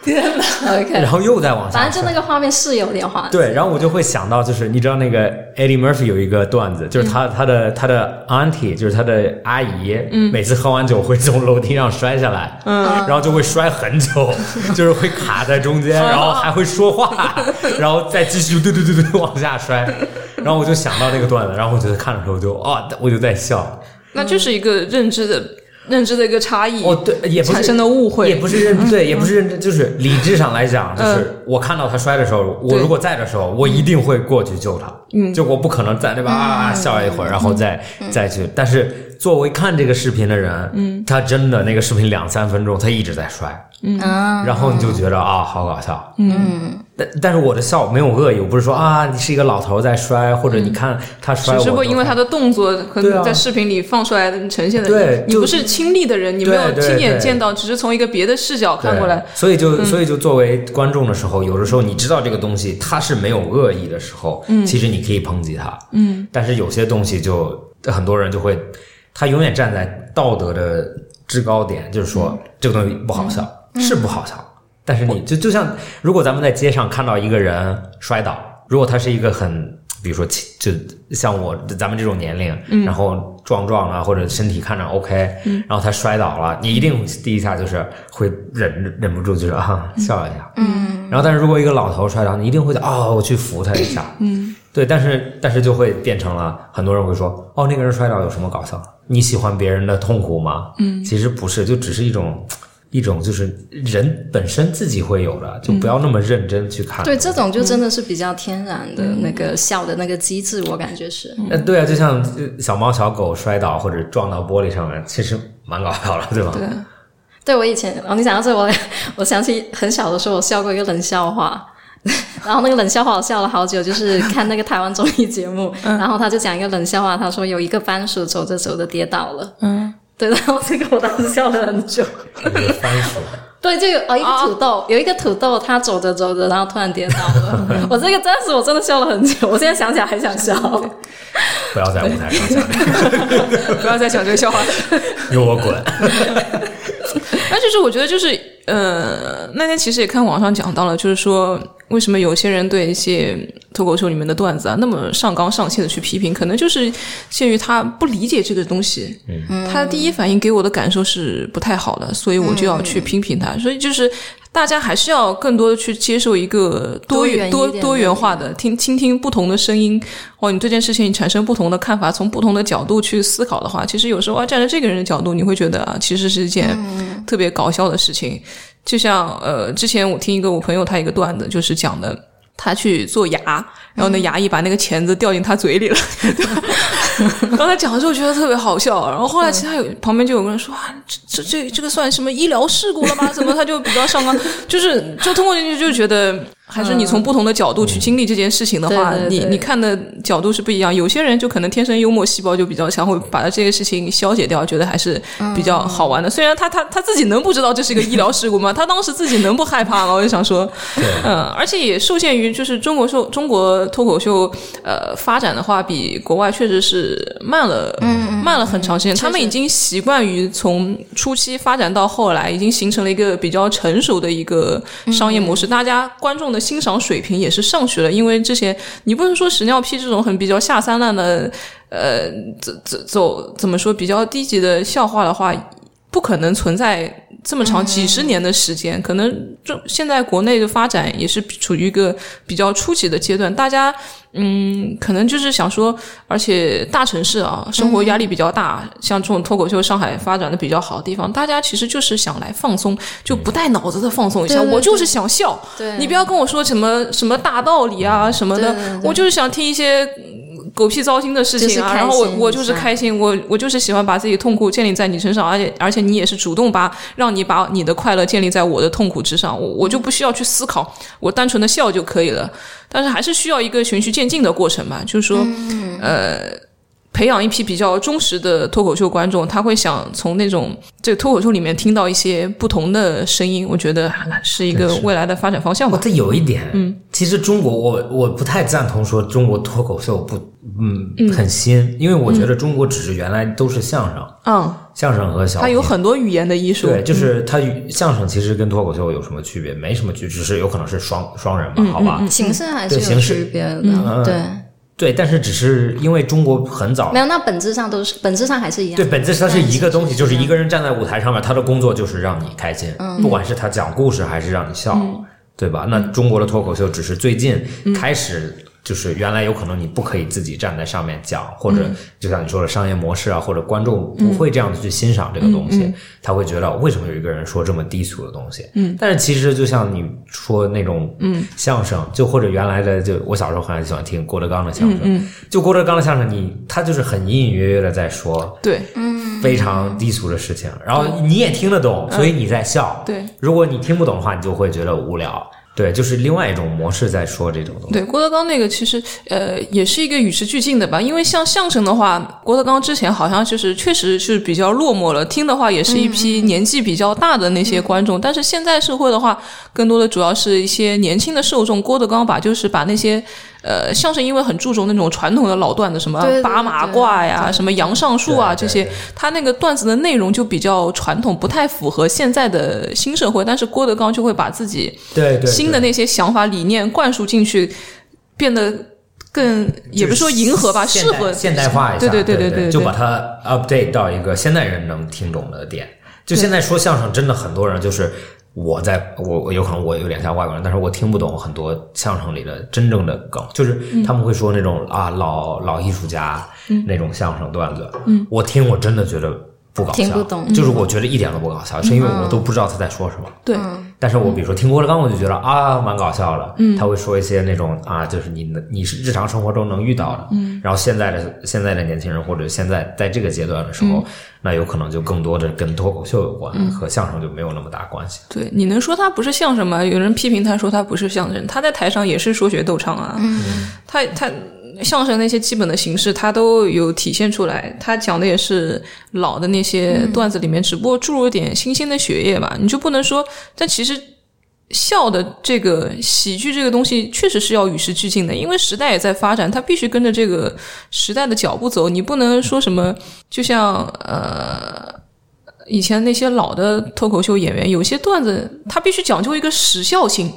然 OK，后又再往下摔，反正就那个画面是有点 滑。对，然后我就会想到，就是你知道那个 Eddie Murphy 有一个段子，就是嗯他、他的他的 auntie，就是他的阿姨，每次喝完酒会从楼梯上摔下来，嗯，然后就会摔很 久，就是会卡在中哦间，然后还会说话，然后再继续对对对对往下摔， 然后我就想到那个段子，然后我觉得看的时候我就哦，我就在笑，那就是一个认知的认知的一个差异，哦对，也不产是生的误会，嗯也不是认对，也不是认真，就是理智上来讲，就是我看到他摔的时候，我对如果在的时候，我一定嗯嗯会过去救他。嗯，就我不可能在那边啊啊啊笑一会儿，然后再再去。但是作为看这个视频的人，嗯，他真的那个视频两三分钟，他一直在摔，嗯啊，然后你就觉得啊，好搞笑。嗯，但但是我的笑没有恶意，我不是说啊，你是一个老头在摔，或者你看他摔我嗯只就，是会因为他的动作可对啊能在视频里放出来的呈现的，对你就不是亲历的人，你没对有对亲眼对见到，只是从一个别的视角看过来。嗯对，所以就所以就作为观众的时候，有的时候你知道这个东西它是没有恶意的时候，嗯其实你可以抨击它，嗯，但是有些东西就很多人就会，他永远站在道德的制高点，就是说、嗯这个东西不好笑，是不好笑，但是你就就像如果咱们在街上看到一个人摔倒，如果他是一个很。比如说青，就像我咱们这种年龄，然后壮壮啊，或者身体看着 OK，、然后他摔倒了，你一定第一下就是会忍忍不住就是啊笑一下，嗯。然后，但是如果一个老头摔倒，你一定会想哦，我去扶他一下，嗯，对。但是但是就会变成了很多人会说哦，那个人摔倒有什么搞笑？你喜欢别人的痛苦吗？嗯，其实不是，就只是一种。一种就是人本身自己会有的，就不要那么认真去看。对，这种就真的是比较天然的嗯那个笑的那个机制，我感觉是。呃，对啊，就像呃小猫小狗摔倒或者撞到玻璃上面，其实蛮搞笑的，对吧？对对我以前，哦，你讲到这，我 我想起很小的时候，我笑过一个冷笑话。 然后那个冷笑话我笑了好久，就是看那个台湾综艺节 目，嗯然后他就讲一个冷笑话，他说有一个番薯走着走着跌倒了，嗯，对，然后这个我当时笑了 很久。对，番薯，对，就有哦一个土豆，有一个土豆，它走着走着，然后突然跌倒了。 我这个当时我真的笑了很久，我现在想起来还想笑。不要在舞台上 讲这个， 不要再讲这个笑话。给我滚！ 那就是我觉得就是呃，那天其实也看网上讲到了，就是说为什么有些人对一些脱口秀里面的段子啊那么上纲上线的去批评，可能就是限于他不理解这个东西，嗯，他的第一反应给我的感受是不太好的，所以我就要嗯去批评他，所以就是。大家还是要更多的去接受一个多元多多元一点的多元化的听倾听不同的声音，哦，你对这件事情产生不同的看法，从不同的角度去思考的话，其实有时候啊，站在这个人的角度，你会觉得啊，其实是一件嗯特别搞笑的事情。就像呃，之前我听一个我朋友他一个段子，就是讲的。他去做牙，然后那牙医把那个钳子掉进他嘴 里了。然后他讲的时候觉得特别好笑，然后后来其他有旁边就有个人说啊，这这这这个算什么医疗事故了吗？什么他就比较上纲，就是就通过这就就觉得，还是你从不同的角度去经历这件事情的话，对对你对你看的角度是不一样。有些人就可能天生幽默细胞就比较强，会把这个事情消解掉，觉得还是比较好玩的。虽然他他他自己能不知道这是个医疗事故吗？他当时自己能不害怕吗？我就想说，嗯，而且也受限于就是中国秀中国脱口秀呃发展的话，比国外确实是慢了，慢了很长时间。他们已经习惯于从初期发展到后来，已经形成了一个比较成熟的一个商业模式。大家观众的欣赏水平也是上去了，因为之前你不能说屎尿屁这种很比较下三滥的，呃，走走走怎么说比较低级的笑话的话，不可能存在这么长几十年的时间，可能就现在国内的发展也是处于一个比较初级的阶段，大家嗯，可能就是想说，而且大城市啊，生活压嗯力比较大，像这种脱口秀上海发展的比较好的地方，大家其实就是想来放松，就不带脑子的放松一下，嗯对对我就是想笑，对你不要跟我说什么什么大道理啊什么的，对对对我就是想听一些嗯狗屁糟心的事情就是啊。开心然后我一下我就是开心，我我就是喜欢把自己痛苦建立在你身上，而且而且你也是主动把让你把你的快乐建立在我的痛苦之上，我嗯我就不需要去思考，我单纯的笑就可以了。但是还是需要一个循序渐进的过程吧，就是说，呃。培养一批比较忠实的脱口秀观众，他会想从那种这个脱口秀里面听到一些不同的声音，我觉得还是一个真是未来的发展方向吧哦，。这有一点，嗯，其实中国我我不太赞同说中国脱口秀不，嗯，很新，因为我觉得中国只是原来都是相声，嗯，相声和小它有品很多嗯语言的艺术。对，就是它与相声其实跟脱口秀有什么区别？没什么区别，只是有可能是双双嗯人嘛，好吧？形式还是对有形式嗯区别的，对，对，但是只是因为中国很嗯早没有，那本质上都是，本质上还是一样。对，本质它是一个东西，就是一个人站在舞台上面，他的工作就是让你开心，不管是他讲故事还是让你笑，对吧？那中国的脱口秀只是最近开始就是原来有可能你不可以自己站在上面讲，或者就像你说的商业模式啊，或者观众不会这样子去欣赏这个东西，他会觉得为什么有一个人说这么低俗的东西？嗯，但是其实就像你说那种嗯相声，就或者原来的就我小时候很喜欢听郭德纲的相声，就郭德纲的相声你，他就是很隐隐约约的在说对，嗯非常低俗的事情，然后你也听得懂，所以你在笑。对如果你听不懂的话，你就会觉得无聊。对，就是另外一种模式在说这种东西。对，郭德纲那个其实呃也是一个与时俱进的吧，因为像相声的话，郭德纲之前好像就是确实是比较落寞了，听的话也是一批年纪比较大的那些观众，但是现在社会的话，更多的主要是一些年轻的受众。郭德纲把就是把那些呃相声，因为很注重那种传统的老段子，什么对对对拔马褂呀、对什么杨上树啊对这对些，他那个段子的内容就比较传统，不太符合现在的新社会，但是郭德纲就会把自己。对对对新的那些想法、理念灌输进去，变得更也不是说迎合吧，就是适现代合现代化一下，对对对对对，就把它 update 到一个现代人能听懂的点。就现在说相声，真的很多人就是我在我我有可能我有点像外国人，但是我听不懂很多相声里的真正的梗，就是嗯他们会说那种、啊老老艺术家、那种相声段子，嗯，我听我真的觉得不搞笑，听不懂嗯就是我觉得一点都不搞笑，是因为哦我都不知道他在说什么。对但是我比如说听郭德纲，我就觉得啊，蛮搞笑的。嗯，他会说一些那种啊，就是你能你是日常生活中能遇到的。嗯，然后现在的现在的年轻人或者现在在这个阶段的时候，那有可能就更多的跟脱口秀有关，和相声就没有那么大关系。对，你能说他不是相声吗？有人批评他说他不是相声，他在台上也是说学逗唱啊，他他。相声那些基本的形式，他都有体现出来。他讲的也是老的那些段子里面，只不过注入一点新鲜的血液吧。你就不能说，但其实笑的这个喜剧这个东西，确实是要与时俱进的，因为时代也在发展，它必须跟着这个时代的脚步走。你不能说什么，就像呃。以前那些老的脱口秀演员，有些段子他必须讲究一个时效性，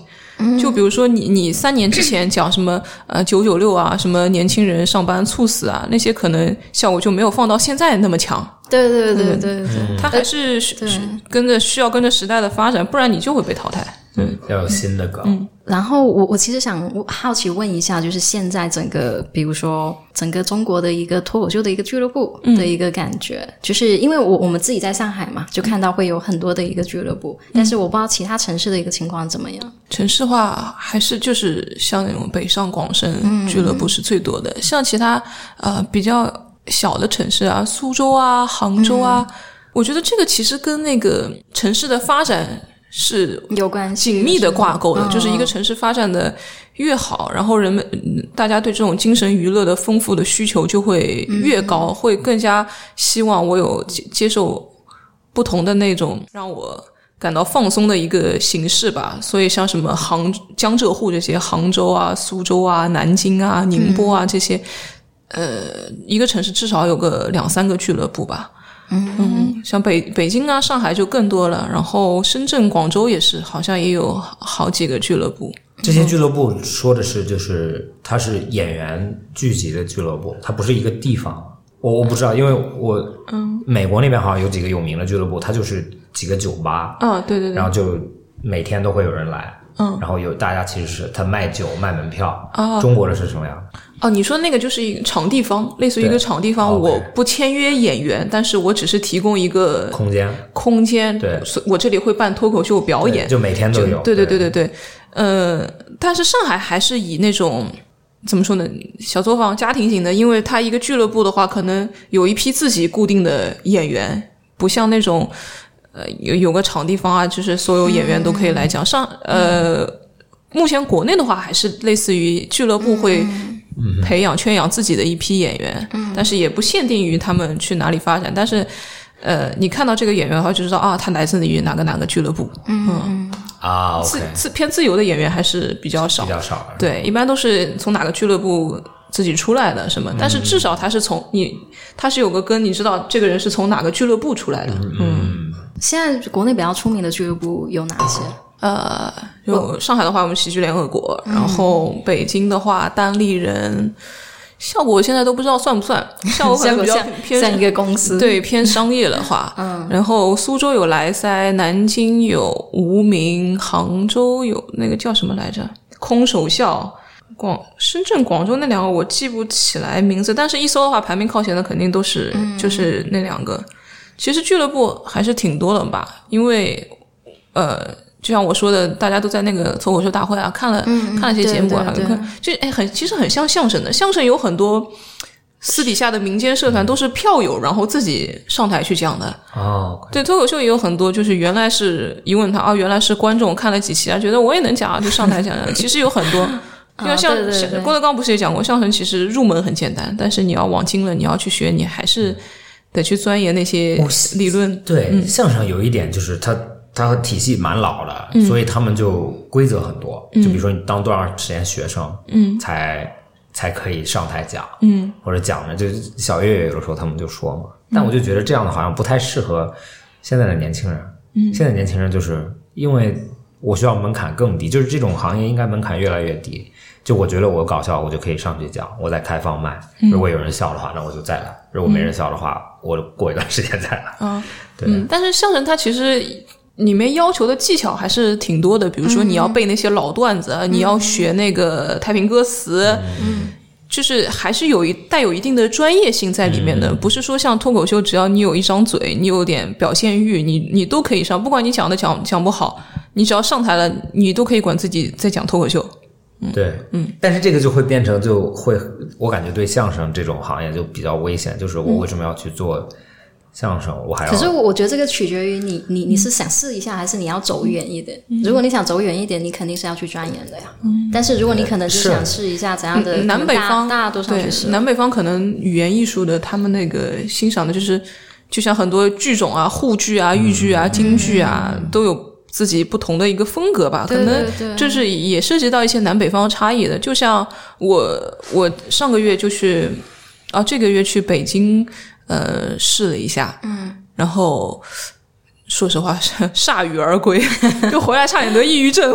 就比如说你你三年之前讲什么呃九九六啊，什么年轻人上班猝死啊，那些可能效果就没有放到现在那么强。对对对对嗯对对，他还是需需跟着需要跟着时代的发展，不然你就会被淘汰。嗯，要有新的梗。然后我我其实想好奇问一下，就是现在整个，比如说整个中国的一个脱口秀的一个俱乐部嗯的一个感觉，就是因为我我们自己在上海嘛，就看到会有很多的一个俱乐部，嗯但是我不知道其他城市的一个情况怎么样。城市化还是就是像那种北上广深俱乐部是最多的，像其他呃比较小的城市啊，苏州啊、杭州啊，我觉得这个其实跟那个城市的发展是有关系紧密的挂钩嗯的，就是一个城市发展的越好，然后人们嗯大家对这种精神娱乐的丰富的需求就会嗯越高，会更加希望我有接接受不同的那种让我感到放松的一个形式吧。所以像什么杭江浙沪这些，杭州啊、苏州啊、南京啊、宁波嗯啊、这些，呃，一个城市至少有个两三个俱乐部吧。嗯，像北北京啊、上海就更多了，然后深圳、广州也是，好像也有好几个俱乐部。这些俱乐部说的是，就是它是演员聚集的俱乐部，它不是一个地方。我我不知道，因为我嗯，美国那边好像有几个有名的俱乐部，它就是几个酒吧，啊，对对对然，后就每天都会有人来，嗯，然后有大家其实是他卖酒卖门票，哦中国的是什么样？哦，你说那个就是一个场地方，类似于一对个场地方， OK 我不签约演员，但是我只是提供一个空间空间，对所我这里会办脱口秀表演，就每天都有，对对对对对对，呃，但是上海还是以那种怎么说呢，小作坊家庭型的，因为它一个俱乐部的话，可能有一批自己固定的演员，不像那种呃有有个场地方啊，就是所有演员都可以来讲。上呃，目前国内的话，还是类似于俱乐部嗯会。培养圈养自己的一批演员，但是也不限定于他们去哪里发展。但是，呃，你看到这个演员的话，就知道啊，他来自于哪个哪个俱乐部。啊自，OK，自偏自由的演员还是比较少，比较少，，对，一般都是从哪个俱乐部自己出来的什么，但是至少他是从你，他是有个根，你知道这个人是从哪个俱乐部出来的，嗯，现在国内比较出名的俱乐部有哪些？呃，有上海的话，我们喜剧联合国，然后北京的话，单立人，效果我现在都不知道算不算，效果可像能比较像偏像一个公司，对偏商业的话，嗯，然后苏州有莱塞，南京有无名，杭州有那个叫什么来着？空手笑，广深圳、广州那两个我记不起来名字，但是一搜的话，排名靠前的肯定都是、就是那两个。其实俱乐部还是挺多的吧，因为呃，就像我说的，大家都在那个脱口秀大会啊，看了、看了一些节目啊，嗯对对对看就哎很其实很像相声的，相声有很多私底下的民间社团都是票友，然后自己上台去讲的。哦，对，脱口秀也有很多，就是原来是一问他啊，原来是观众看了几期啊，觉得我也能讲啊，就上台讲 讲。其实有很多，因为像啊对对对像郭德纲不是也讲过，相声其实入门很简单，但是你要往精了，你要去学，你还是得去钻研那些理论。对，相声有一点就是它它体系蛮老的，所以他们就规则很多。就比如说你当多长时间学生，嗯，才才可以上台讲，嗯，或者讲的，就小岳岳有的时候他们就说嘛，但我就觉得这样的好像不太适合现在的年轻人。嗯，现在年轻人就是因为我学校门槛更低，就是这种行业应该门槛越来越低。就我觉得我搞笑，我就可以上去讲，我再开放麦。如果有人笑的话，那我就再来；如果没人笑的话，我过一段时间再来。对嗯，但是相声它其实。里面要求的技巧还是挺多的，比如说你要背那些老段子，啊你要学那个太平歌词，就是还是有一带有一定的专业性在里面的，不是说像脱口秀，只要你有一张嘴，你有点表现欲，你你都可以上，不管你讲的讲讲不好，你只要上台了，你都可以管自己在讲脱口秀。对，嗯，但是这个就会变成就会，我感觉对相声这种行业就比较危险，就是我为什么要去做相声？嗯我还要可嗯是我我觉得这个取决于你，你你是想试一下，还是你要走远一点？嗯如果你想走远一点，你肯定是要去钻研的呀。但是如果你可能就是想试一下怎样的，嗯南北可能大方大家都上对去试，南北方可能语言艺术的他们那个欣赏的就是，就像很多剧种啊、沪剧啊、豫剧啊、京剧啊，都有自己不同的一个风格吧。可嗯对能对对就是也涉及到一些南北方差异的。就像我，我上个月就去啊，这个月去北京呃试了一下，嗯，然后。说实话，是 铩羽而归， 就回来差点得抑郁症。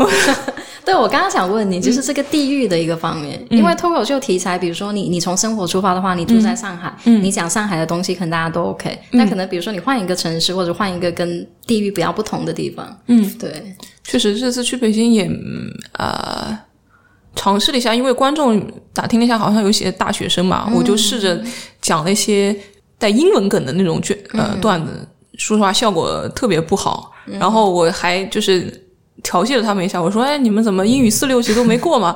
对，我刚刚想问嗯你，就是这个地域的一个方面，因为脱口秀题材，比如说你你从生活出发的话，你住在上海，嗯你讲上海的东西，可能大家都 OK、但可能比如说你换一个城市，或者换一个跟地域比较不同的地方，嗯，对， 确实，这次去北京也嗯呃尝试了一下，因为观众打听了一下，好像有一些大学生嘛，我就试着讲了一些带英文梗的那种卷呃段子，说实话效果特别不好。然后我还就是。调戏了他们一下，我说：“哎，你们怎么英语四六级都没过吗？”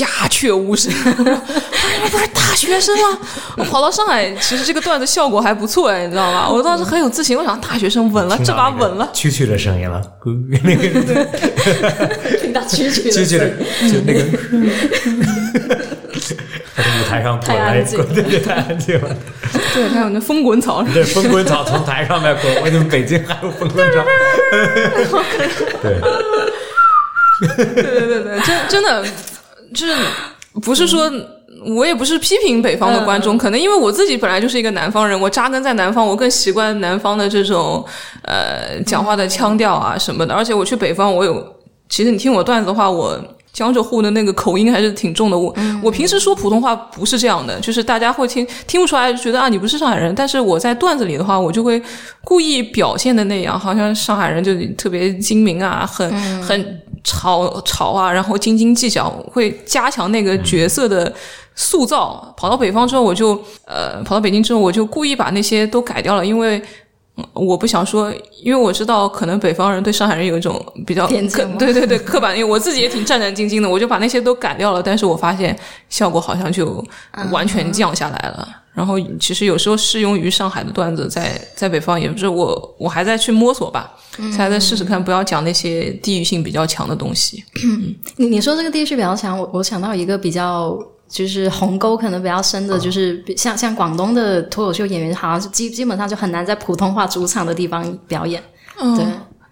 鸦雀无声。 我说：“你们不是大学生吗？”我跑到上海，其实这个段子效果还不错，哎，你知道吗？我当时很有自信，我想大学生稳了，听这到把那个稳了。蛐蛐的声 音了，咕那个听到蛐蛐蛐的蛐声的音，就那 个，他在舞台上滚来滚，对，太安静了。对，还有那风滚草，对，风滚草从台上面滚，我怎么北京还有风滚草？ 对，对对对，真真的就是不是说。我也不是批评北方的观众，可能因为我自己本来就是一个南方人，我扎根在南方，我更习惯南方的这种呃讲话的腔调啊什么的。而且我去北方，我有其实你听我段子的话，我江浙沪的那个口音还是挺重的。我、我平时说普通话不是这样的，就是大家会听听不出来，觉得啊你不是上海人。但是我在段子里的话，我就会故意表现的那样，好像上海人就特别精明啊，很、很吵吵啊，然后斤斤计较，会加强那个角色的。塑造跑到北方之后，我就呃跑到北京之后，我就故意把那些都改掉了，因为我不想说，因为我知道可能北方人对上海人有一种比较偏见刻吗对对对刻板印象，我自己也挺战战兢兢的，我就把那些都改掉了，但是我发现效果好像就啊完全降下来了。然后其实有时候适用于上海的段子在，在北方也不是我我还在去摸索吧，还在试试看，不要讲那些地域性比较强的东西。你你说这个地区比较强，我我想到一个比较就是鸿沟可能比较深的，嗯就是比像像广东的脱口秀演员，好像是基基本上就很难在普通话主场的地方表演。对，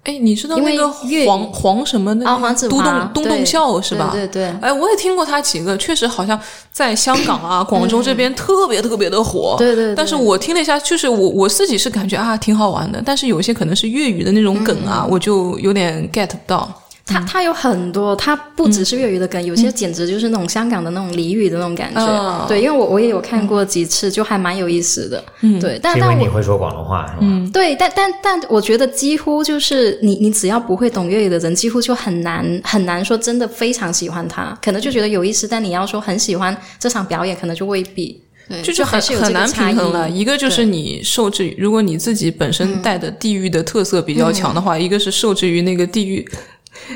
哎，你知道因为那个粤语黄黄什么的啊黄子都华洞东对洞孝是吧？对对对哎，我也听过他几个，确实好像在香港 啊、广州这边特别特别的火。嗯对对对但是我听了一下，就是我我自己是嗯感觉啊挺好玩的，但是有一些可能是粤语的那种梗啊，我就有点 get 不到。它它有很多，它不只嗯是粤语的梗，有些简直就是那种香港的那种俚语的那种感觉。哦对，因为我我也有看嗯过几次，就还蛮有意思的。嗯，对，但是因为但你我会说广东话是吧？对，但但但我觉得几乎就是你你只要不会懂粤语的人，几乎就很难很难说真的非常喜欢它，可能就觉得有意思，但你要说很喜欢这场表演，可能就未必。对，就是很还是有这很个难差平异嗯衡了。一个就是你受制于，如果你自己本身带的地域的特色比较强的话，一个是受制于那个地域，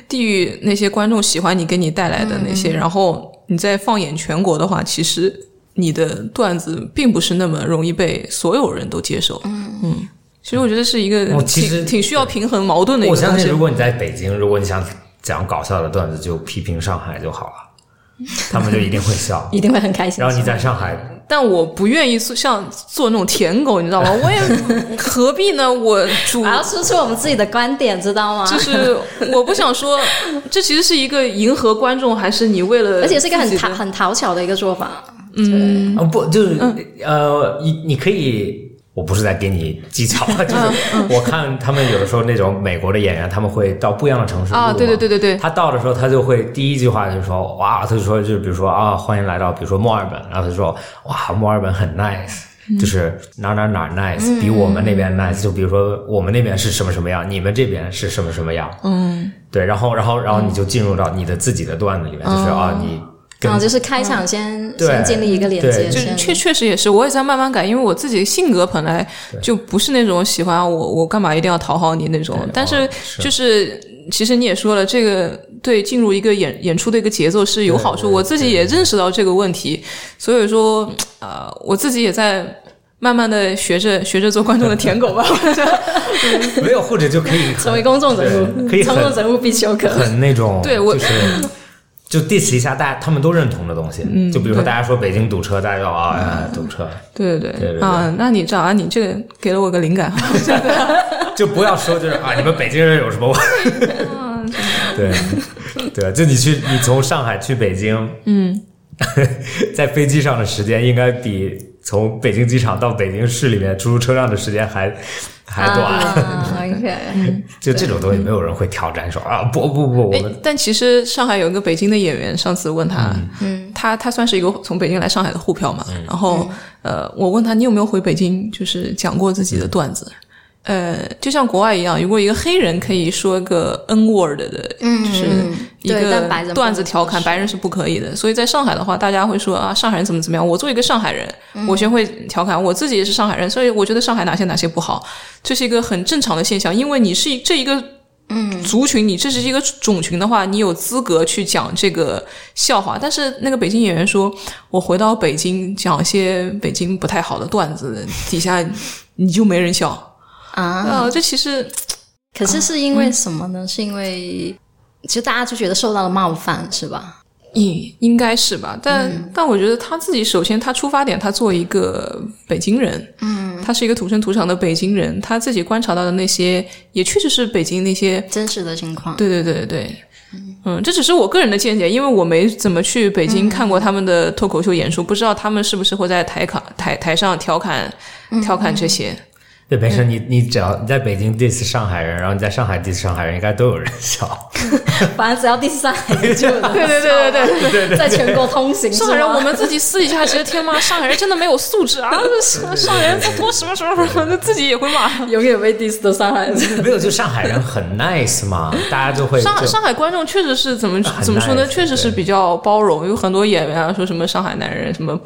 地域那些观众喜欢你给你带来的那嗯些，然后你再放眼全国的话，其实你的段子并不是那么容易被所有人都接受。嗯其实我觉得是一个我挺哦其实挺需要平衡矛盾的一我个相东信，西如。果你在北京，如果你想讲搞笑的段子，就批评上海就好了， 。他们就一定会笑一定会很开心。然后你在上海，但我不愿意做像做那种舔狗，你知道吗？我也 何必呢？我主我要输出我们自己的观点，知道吗？就是我不想 说，这其实是一个迎合观众，还是你为了而且是一个很讨讨很讨巧的一个做法。嗯，啊不就是、呃，你你可以，我不是在给你技巧，嗯就是我看他们有的时候那种美国的演员，他们会到不一样的城市啊录嘛对对对对对他到的时候，他就会第一句话就是说哇，他就说就是比如说啊，欢迎来到比如说墨尔本，然后他就说哇，墨尔本很 nice。就是嗯哪哪哪 nice，、比我们那边 nice。就比如说我们那边是什么什么样，你们这边是什么什么样。嗯，对，然后然后然后你就进入到你的自己的段子里面，就是哦啊，你跟嗯然后就是开场先对先建立一个连对接，就是先确确实也是，我也在慢慢改，因为我自己性格本来就不是那种喜欢我我干嘛一定要讨好你那种，但是是就是其实你也说了，这个对进入一个演演出的一个节奏是有好处，我自己也认识到这个问题，所以说呃，我自己也在慢慢的学着学着做观众的舔狗吧， 我觉得没有或者就可 以很成为公众人对物，可以公很众人物必修课。很那种，对我就是就 diss 一下大家他们都认同的东西，就比如说大家说北京堵车，大家就啊、哎堵车，对对对对啊，那你这样啊，你这个给了我个灵感，就不要说就是啊你们北京人有什么我，对对，就你去你从上海去北京，嗯， 在飞机上的时间应该比从北京机场到北京市里面出租车上的时间还还短。啊 OK，嗯就这种东西，没有人会挑战说啊，不不不，我哎们，但其实上海有一个北京的演员，上次问他，嗯，他他算是一个从北京来上海的沪漂嘛，嗯然后嗯呃，我问他你有没有回北京，就是讲过自己的段子。嗯呃，就像国外一样，如果一个黑人可以说个 N word 的，嗯就是嗯一个对但白人不段子调侃，能白人是不可以的。所以在上海的话，大家会说啊，上海人怎么怎么样。我作为一个上海人，嗯我学会调侃，我自己也是上海人，所以我觉得上海哪些哪些不好，这是一个很正常的现象。因为你是这一个嗯族群，你这是一个种群的话，你有资格去讲这个笑话。但是那个北京演员说，我回到北京讲一些北京不太好的段子，底下你就没人笑。啊，啊、这其实可是是因为什么呢？是因为就大家就觉得受到了冒犯，是吧？应应该是吧，但、嗯但我觉得他自己首先他出发点，他作为一个北京人，嗯，他是一个土生土长的北京人，他自己观察到的那些，也确实是北京那些真实的情况。对对对对对，嗯，这只是我个人的见解，因为我没怎么去北嗯京看过他们的脱口秀演出，不知道他们是不是会在台卡台台上调侃嗯调侃这些。对，没嗯事，你你只要你在北京 diss 上海人，然后你在上海 diss 上海人，应该都有人 笑。反正只要第三海就有人对对对对对。对，在全国通行。上海人，是吗我们自己私底下觉得 天妈，上海人真的没有素质啊！上上海人这多什么什么什么，自己也会骂。嗯永远被 diss 的上海人。没有，就上海人很 nice 嘛，大家就会上就上海观众确实是怎么很怎么说呢？ nice，确实是对嗯比较包容，有很多演员啊，说什么上海男人什么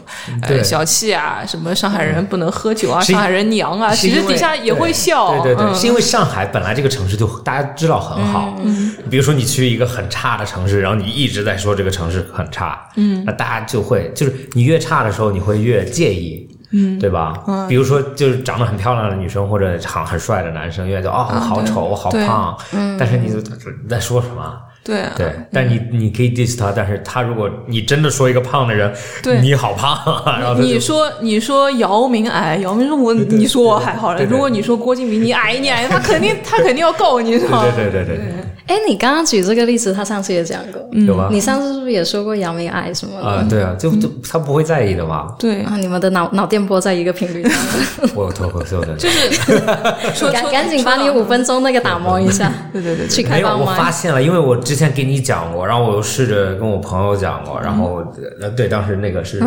呃对小气啊，什么上海人不能喝酒啊，是上海人娘啊，是其因为实底下也会笑。对对对，嗯是因为上海本来这个城市就大家知道很好，嗯比如说你去一个很差的城市，然后你一直在说这个城市很差，嗯，那大家就会就是你越差的时候，你会越介意。嗯，对吧？比如说，就是长得很漂亮的女生或者长很帅的男生，越就哦，我好丑，我好嗯对胖。嗯，但是你就你在说什么？对啊对，但你你可以 diss 他，但是他如果你真的说一个胖的人，对你好胖啊，然后他你就说你说姚明矮，姚明说我你说我还好了。对对如果你说郭敬明你矮你矮，他肯定他肯定要告你，是吧？对对对对对，哎，你刚刚举这个例子，他上次也讲过，有吧你？上次是不是也说过杨梅癌什么的？嗯啊，对啊，就就他不会在意的嘛。对，啊，你们的脑脑电波在一个频率上，我有脱口秀的，就是说赶赶紧把你五分钟那个打磨一下，对对对对去没开有，帮我发麦。现了，因为我之前给你讲过，然后我又试着跟我朋友讲嗯过，然后呃，对，当时那个是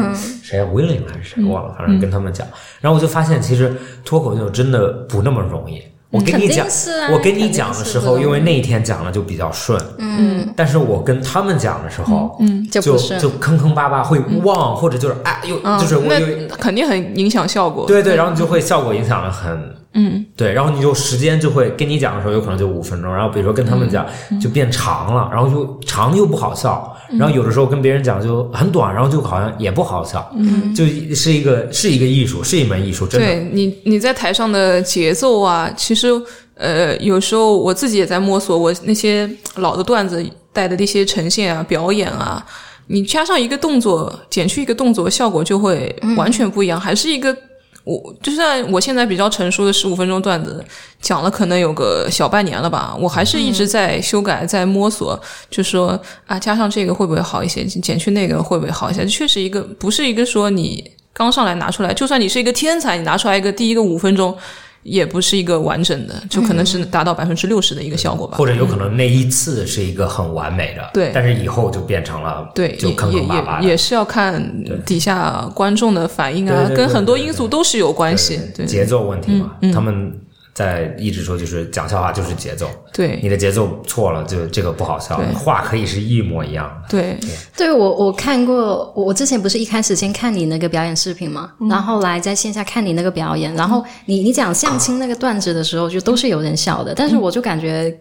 谁，William 还是谁忘了，反正跟他们讲，然后我就发现其实脱口秀真的不那么容易。我跟你肯定讲，是啊我跟肯你定讲的是时不候，容因为那一天讲的就比较顺，嗯，但是我跟他们讲的时候，嗯，就就不顺嗯就坑坑巴巴会忘，或者就是哎，又就是我有那肯定很影响效果。对对，然后你就会效果影响的很，嗯，对，然后你就时间就会跟你讲的时候，有可能就五分钟，然后比如说跟他嗯们讲就变长了，然后就长又不好笑，嗯然后有的时候跟别人讲就很短，然后就好像也不好笑，嗯，就是一个是一个艺术，是一门艺术，真的，对你，你在台上的节奏啊，其实呃，有时候我自己也在摸索，我那些老的段子带的那些呈现啊、表演啊，你加上一个动作，减去一个动作，效果就会完全不一样。还是一个我，就算我现在比较成熟的十五分钟段子，讲了可能有个小半年了吧，我还是一嗯直在修改、在摸索，就说啊，加上这个会不会好一些，减去那个会不会好一些？确实，一个不是一个说你刚上来拿出来，就算你是一个天才，你拿出来一个第一个五分钟，也不是一个完整的，就可能嗯是达到百分之六十的一个效果吧。或者有可能那一次是一个很完美的，对但是以后就变成了对，就也坑也坑巴巴也的。也是要看底下观众的反应对啊对，对跟很多对对因素都是有关系。对嗯节奏问题嘛，他们在一直说就是讲笑话就是节奏，对你的节奏错了就这个不好笑，对话可以是一模一样的。对，对我，我看过，我我之前不是一开始先看你那个表演视频嘛，然后后来在线下看你那个表演，然后你你讲相亲那个段子的时候，就都是有人笑的，但是我就感觉。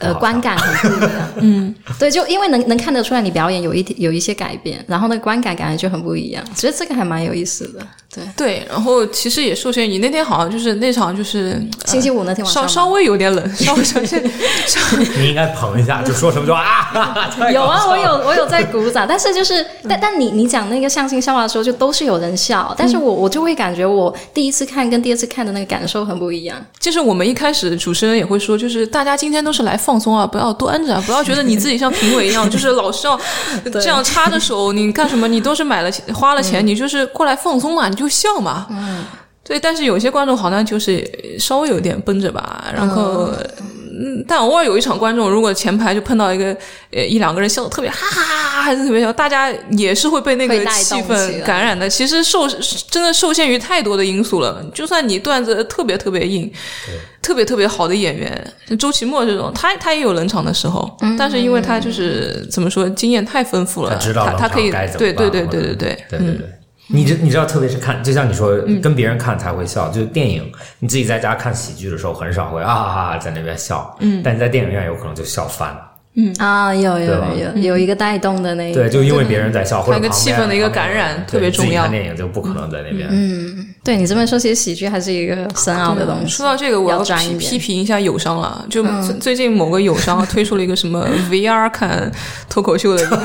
呃，不好笑观感很不一样，嗯，对，就因为能能看得出来你表演有一点有一些改变，然后那个观感感觉就很不一样，觉得这个还蛮有意思的。对，对，然后其实也受限于你那天好像就是那场就是星期五那天晚稍上嘛稍微有点 冷，稍微稍微你应该捧一 下，就说什么就啊，哈哈太搞有啊，笑我了有我有在鼓掌，但是就是，但但你你讲那个相亲笑话的时候，就都是有人笑，但是我我就会感觉我第一次看跟第二次看的那个感受很不一样。就是我们一开始主持人也会说，就是大家今天都是来放松啊，不要端着啊，不要觉得你自己像评委一样，就是老是要这样插着手，你干什么？你都是买了钱 花了嗯钱，你就是过来放松嘛，你就笑嘛。嗯，对。但是有些观众好像就是稍微有点绷着吧，然后。嗯，但偶尔有一场观众，如果前排就碰到一个呃一两个人笑得特别哈哈哈哈，还是特别笑，大家也是会被那个被带气动起氛来感染的。其实受真的受限于太多的因素了，就算你段子特别特别硬，特别特别好的演员，像周奇墨这种，他他也有冷场的时候，嗯但是因为他就是怎么说，经验太丰富了，他他知道冷他可以场该怎么对对办对或对嗯者对嗯对，对嗯对对。你这你知道，特别是看，就像你说，跟别人看才会笑。就是电影，你自己在家看喜剧的时候，很少会啊哈哈在那边笑。嗯，但你在电影院有可能就笑翻了。啊，有有对吧有有一个带动的那一对，就因为别人在笑，或者它一个旁气边氛的一个旁边感染对特别重自己要嗯看电影就不可能在那边。对你这么说，其实喜剧还是一个深奥的东西。说到这个，我要要专嗯批批一点。评一下友商了。就最最近某个友商 啊推出了一个什么 VR 看脱口秀的一个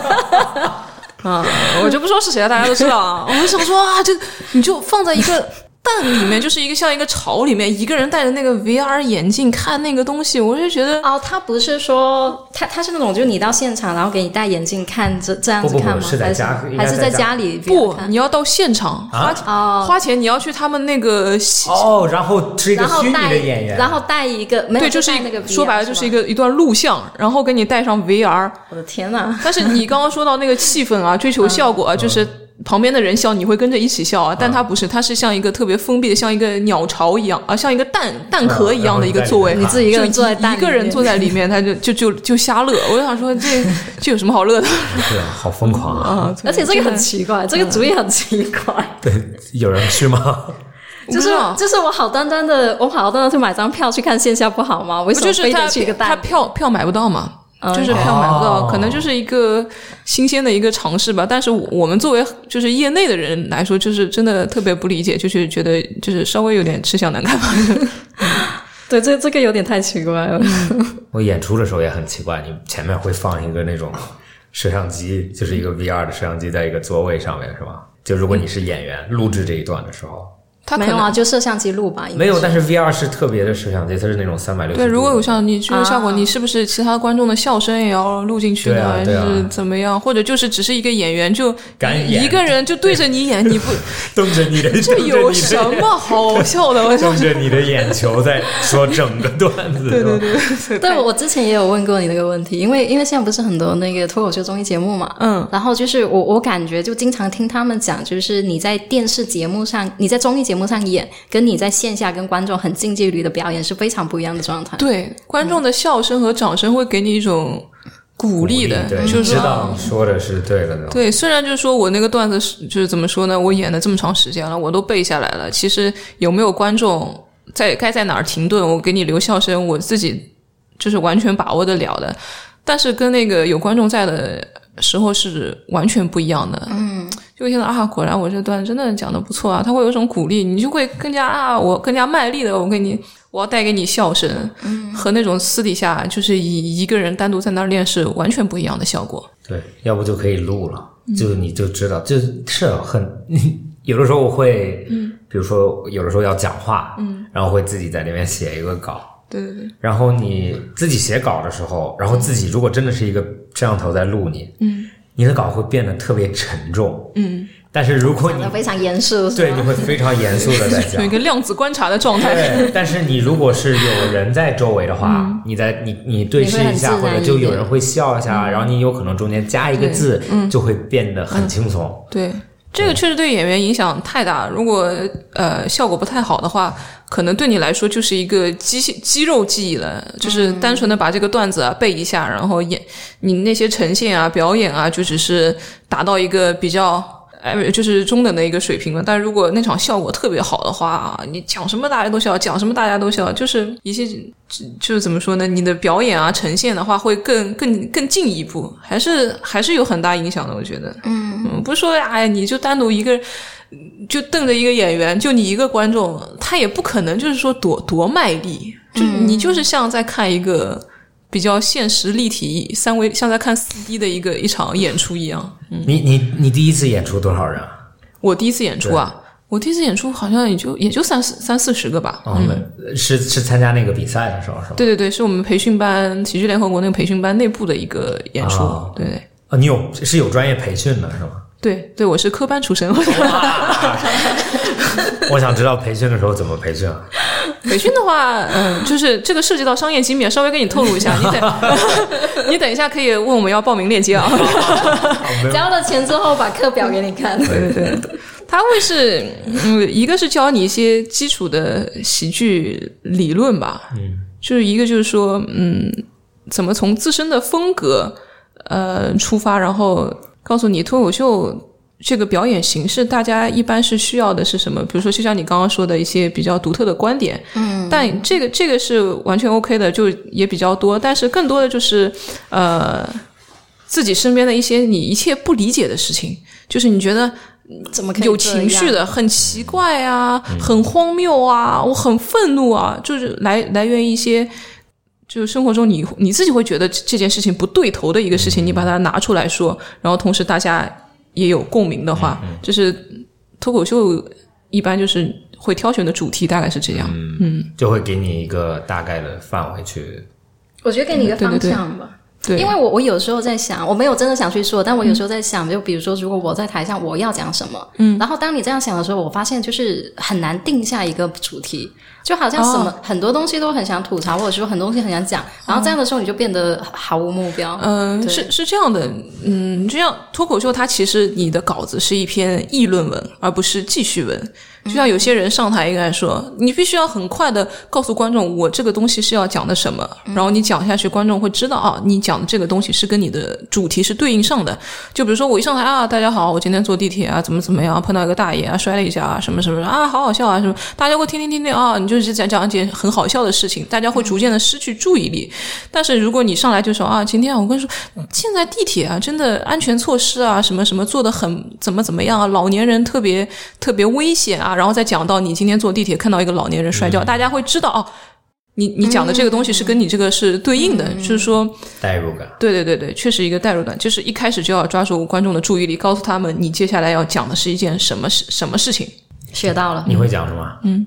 啊，我就不说是谁了，大家都知道啊。我就想说啊，这你就放在一个 蛋里面，就是一个像一个巢里面，一个人戴着那个 VR 眼镜看那个东西，我就觉得哦，他不是说他他是那种，就是你到现场，然后给你戴眼镜看这这样子不不不看吗？是在还家应该还是在在家家里不，看你要到现场花哦花钱，你要去他们那个戏哦，然后是一个然后虚拟带的演员，然后带一个没有对，就是带一那个 VR 说白了就是一吧个一段录像，然后给你带上 VR，我的天哪！但是你刚刚说到那个气氛 啊，追求效果啊，就是旁边的人笑，你会跟着一起笑啊。但它不是，它是像一个特别封闭的，像一个鸟巢一样啊，像一个蛋蛋壳一样的一个座位，啊嗯然后你自己看你自己一个人坐在就一蛋个里人面坐在里面，他就就就就瞎乐。我就想说，这这有什么好 乐的对，好疯狂啊！啊？而且这个很奇，奇怪，这个主意很奇 怪，对，有人去吗？就就是是我就是我好端端的，我好端端去买张票去看线下不好吗？为什么就是非他得去一个他蛋里？票票买不到嘛。嗯就是票买不到，哦可能就是一个新鲜的一个尝试吧。但是我我们作为就是业内的人来说，就是真的特别不理解，就是觉得就是稍微有点吃相难看 吧。对，这这个有点太奇怪了。我演出的时候也很奇怪，你前面会放一个那 种摄像机，嗯就是一个 VR 的摄像机在一个座位上面，是吧？就如果你是演员，录制这一段的时候，他可没有能啊，就摄像机录吧，应该没有，但是 VR 是特别的摄像机，它是那种三百六十嗯对，度。如果有像你这啊个效果，你是不是其他观众的笑声也要录进去对呢？啊还对啊是怎么样？或者就是只是一个演员就敢一演一个人就对着你 演，你不瞪着你的， 这这有什 么好笑的？我想瞪着你的眼球在说整个段 子。对对对，对，我之前也有问过你那个问题，因为因为现在不是很多那个脱口秀综艺节目嘛，嗯，然后就是我我感觉就经常听他们讲，就是你在电视节目上，你在综艺节目上演，跟你在线下跟观众很近距离的表演是非常不一样的状态。对观众的笑声和掌声会给你一种鼓励的，对，就知是说嗯道你说的是对的那种。对，虽然就是说我那个段子是就是怎么说呢，我演了这么长时间了，我都背下来了。其实有没有观众在该在哪儿停顿，我给你留笑声，我自己就是完全把握得了的。但是跟那个有观众在的时候是完全不一样的。嗯，就会觉得啊，果然我这段真的讲的不错啊，他会有一种鼓励，你就会更加啊，我更加卖力的，我给你。我要带给你笑声，嗯、和那种私底下就是一一个人单独在那儿练是完全不一样的效果。对，嗯要不就可以录了，就你就知道，就是是很。 有的时候我会，比如说有的时候要讲话，然后会自己在那边写一个稿，对对对，然后你自己写稿的时候，然后自己如果真的是一个摄像头在录你，嗯，你的稿会变得特别沉重，嗯，但是如果你非常严肃，是对吧你会非常严肃的在有 讲一，个量子观察的状态。对，但是你如果是有人在周围的话，你在你你对视一下，嗯你会很自然嗯或者就有人会笑一下，然后你有可能中间加一个字，就会变得很轻松。对，这个确实对演员影响太大。如果呃效果不太好的话，可能对你来说就是一个肌肌肉记忆了，就是单纯的把这个段子啊背一下，然后演你那些呈现啊、表演啊，就只是达到一个比较。哎，就是中等的一个水平了。但如果那场效果特别好的话啊，你讲什么大家都笑，讲什么大家都笑，就是一些就是怎么说呢？你的表演啊、呈现的话，会更更更进一步，还是还是有很大影响的。我觉得，嗯，不是说哎，你就单独一个，就瞪着一个演员，就你一个观众，他也不可能就是说多多卖力，就是你就是像在看一个比较现实立体三维，像在看四 D 的一个一场演出一样。嗯你你你第一次演出多少人啊？我第一次演出啊，我第一次演出好像也就也就三四三四十个吧。嗯哦，没是是参加那个比赛的时候是吗？对对对，是我们培训班喜剧联合国那个培训班内部的一个演出，哦对对啊，你有是有专业培训的是 吗？对对，我是科班出身，我我想知道培训的时候怎么培训啊？培训的话，嗯，就是这个涉及到商业机密啊，稍微跟你透露一下，你等， 你等一下可以问我们要报名链接啊。交了钱之后把课表给你看。对对对，他会是，嗯，一个是教你一些基础的喜剧理论吧，嗯，就是一个就是说，嗯，怎么从自身的风格呃出发，然后告诉你脱口秀这个表演形式，大家一般是需要的是什么？比如说，就像你刚刚说的一些比较独特的观点，嗯，但这个这个是完全 OK 的，就也比较多，但是更多的就是呃。自己身边的一些你一切不理解的事情，就是你觉得怎么可以有情绪的？的，很奇怪啊，很荒谬啊，我很愤怒啊，就是来来源于一些。就是生活中你你自己会觉得这这件事情不对头的一个事情，你把它拿出来说，然后同时大家也有共鸣的话，就是脱口秀一般就是会挑选的主题大概是这样。就会给你一个大概的范围去。我觉得给你一个对方对对向吧。对，因为我我有时候在想，我没有真的想去说，但我有时候在想，就比如说，如果我在台上我要讲什么，嗯，然后当你这样想的时候，我发现就是很难定下一个主题，就好像什么、很多东西都很想吐槽，或者说很多东西很想讲，然后这样的时候你就变得毫无目标，嗯，对是是这样的，嗯，就像脱口秀，它其实你的稿子是一篇议论文，而不是记叙文。就像有些人上台应该说，你必须要很快的告诉观众，我这个东西是要讲的什么，然后你讲下去，观众会知道啊，你讲的这个东西是跟你的主题是对应上的。就比如说我一上台啊，大家好，我今天坐地铁啊，怎么怎么样，碰到一个大爷啊，摔了一下啊，什么什么啊，好好笑啊，什么，大家会听听听听啊，你就是讲讲一件很好笑的事情，大家会逐渐的失去注意力。但是如果你上来就说啊，今天啊，我跟你说，现在地铁啊，真的安全措施啊，什么什么做的很怎么怎么样啊，老年人特别特别危险啊，然后再讲到你今天坐地铁看到一个老年人摔跤，大家会知道哦。你你讲的这个东西是跟你这个是对应的，就是说，代入感。对对对对，确实一个代入感，就是一开始就要抓住观众的注意力，告诉他们你接下来要讲的是一件什么事什么事情。学到了，你会讲什么？嗯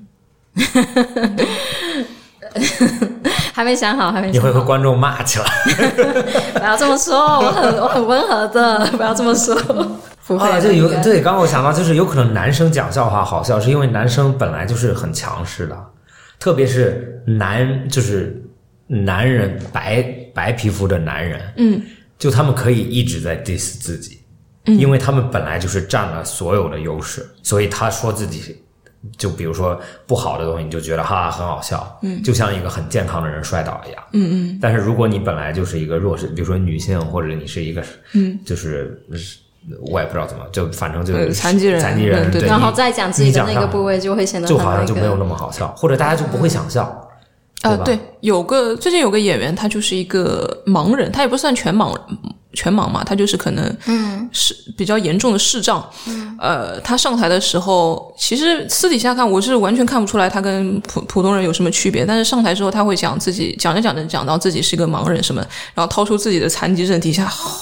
还没想好，还没你想会 好和观众骂起来。不要这么说，我很我很温和的，不要这么说。不会啊，的，这有应该对，刚刚我想到就是有可能男生讲笑话好笑，是因为男生本来就是很强势的，特别是男就是男人白白皮肤的男人，嗯，就他们可以一直在 diss 自己，嗯因为他们本来就是占了所有的优势，所以他说自己。就比如说不好的东西，你就觉得哈很好笑，嗯，就像一个很健康的人摔倒一样，嗯嗯。但是如果你本来就是一个弱势，比如说女性，或者你是一个，嗯，就是我也不知道怎么，就反正就呃是残疾人残疾人，嗯对对然后你再讲自己的那你个上部位，就会显得就很好像就没有个那么好笑，或者大家就不会想笑，啊，吧对，有个最近有个演员，他就是一个盲人，他也不算全盲全盲嘛，他就是可能嗯是比较严重的视障。嗯，呃，他上台的时候，其实私底下看我是完全看不出来他跟普普通人有什么区别，但是上台之后他会讲自己讲着讲着讲到自己是个盲人什么，然后掏出自己的残疾证，底下哦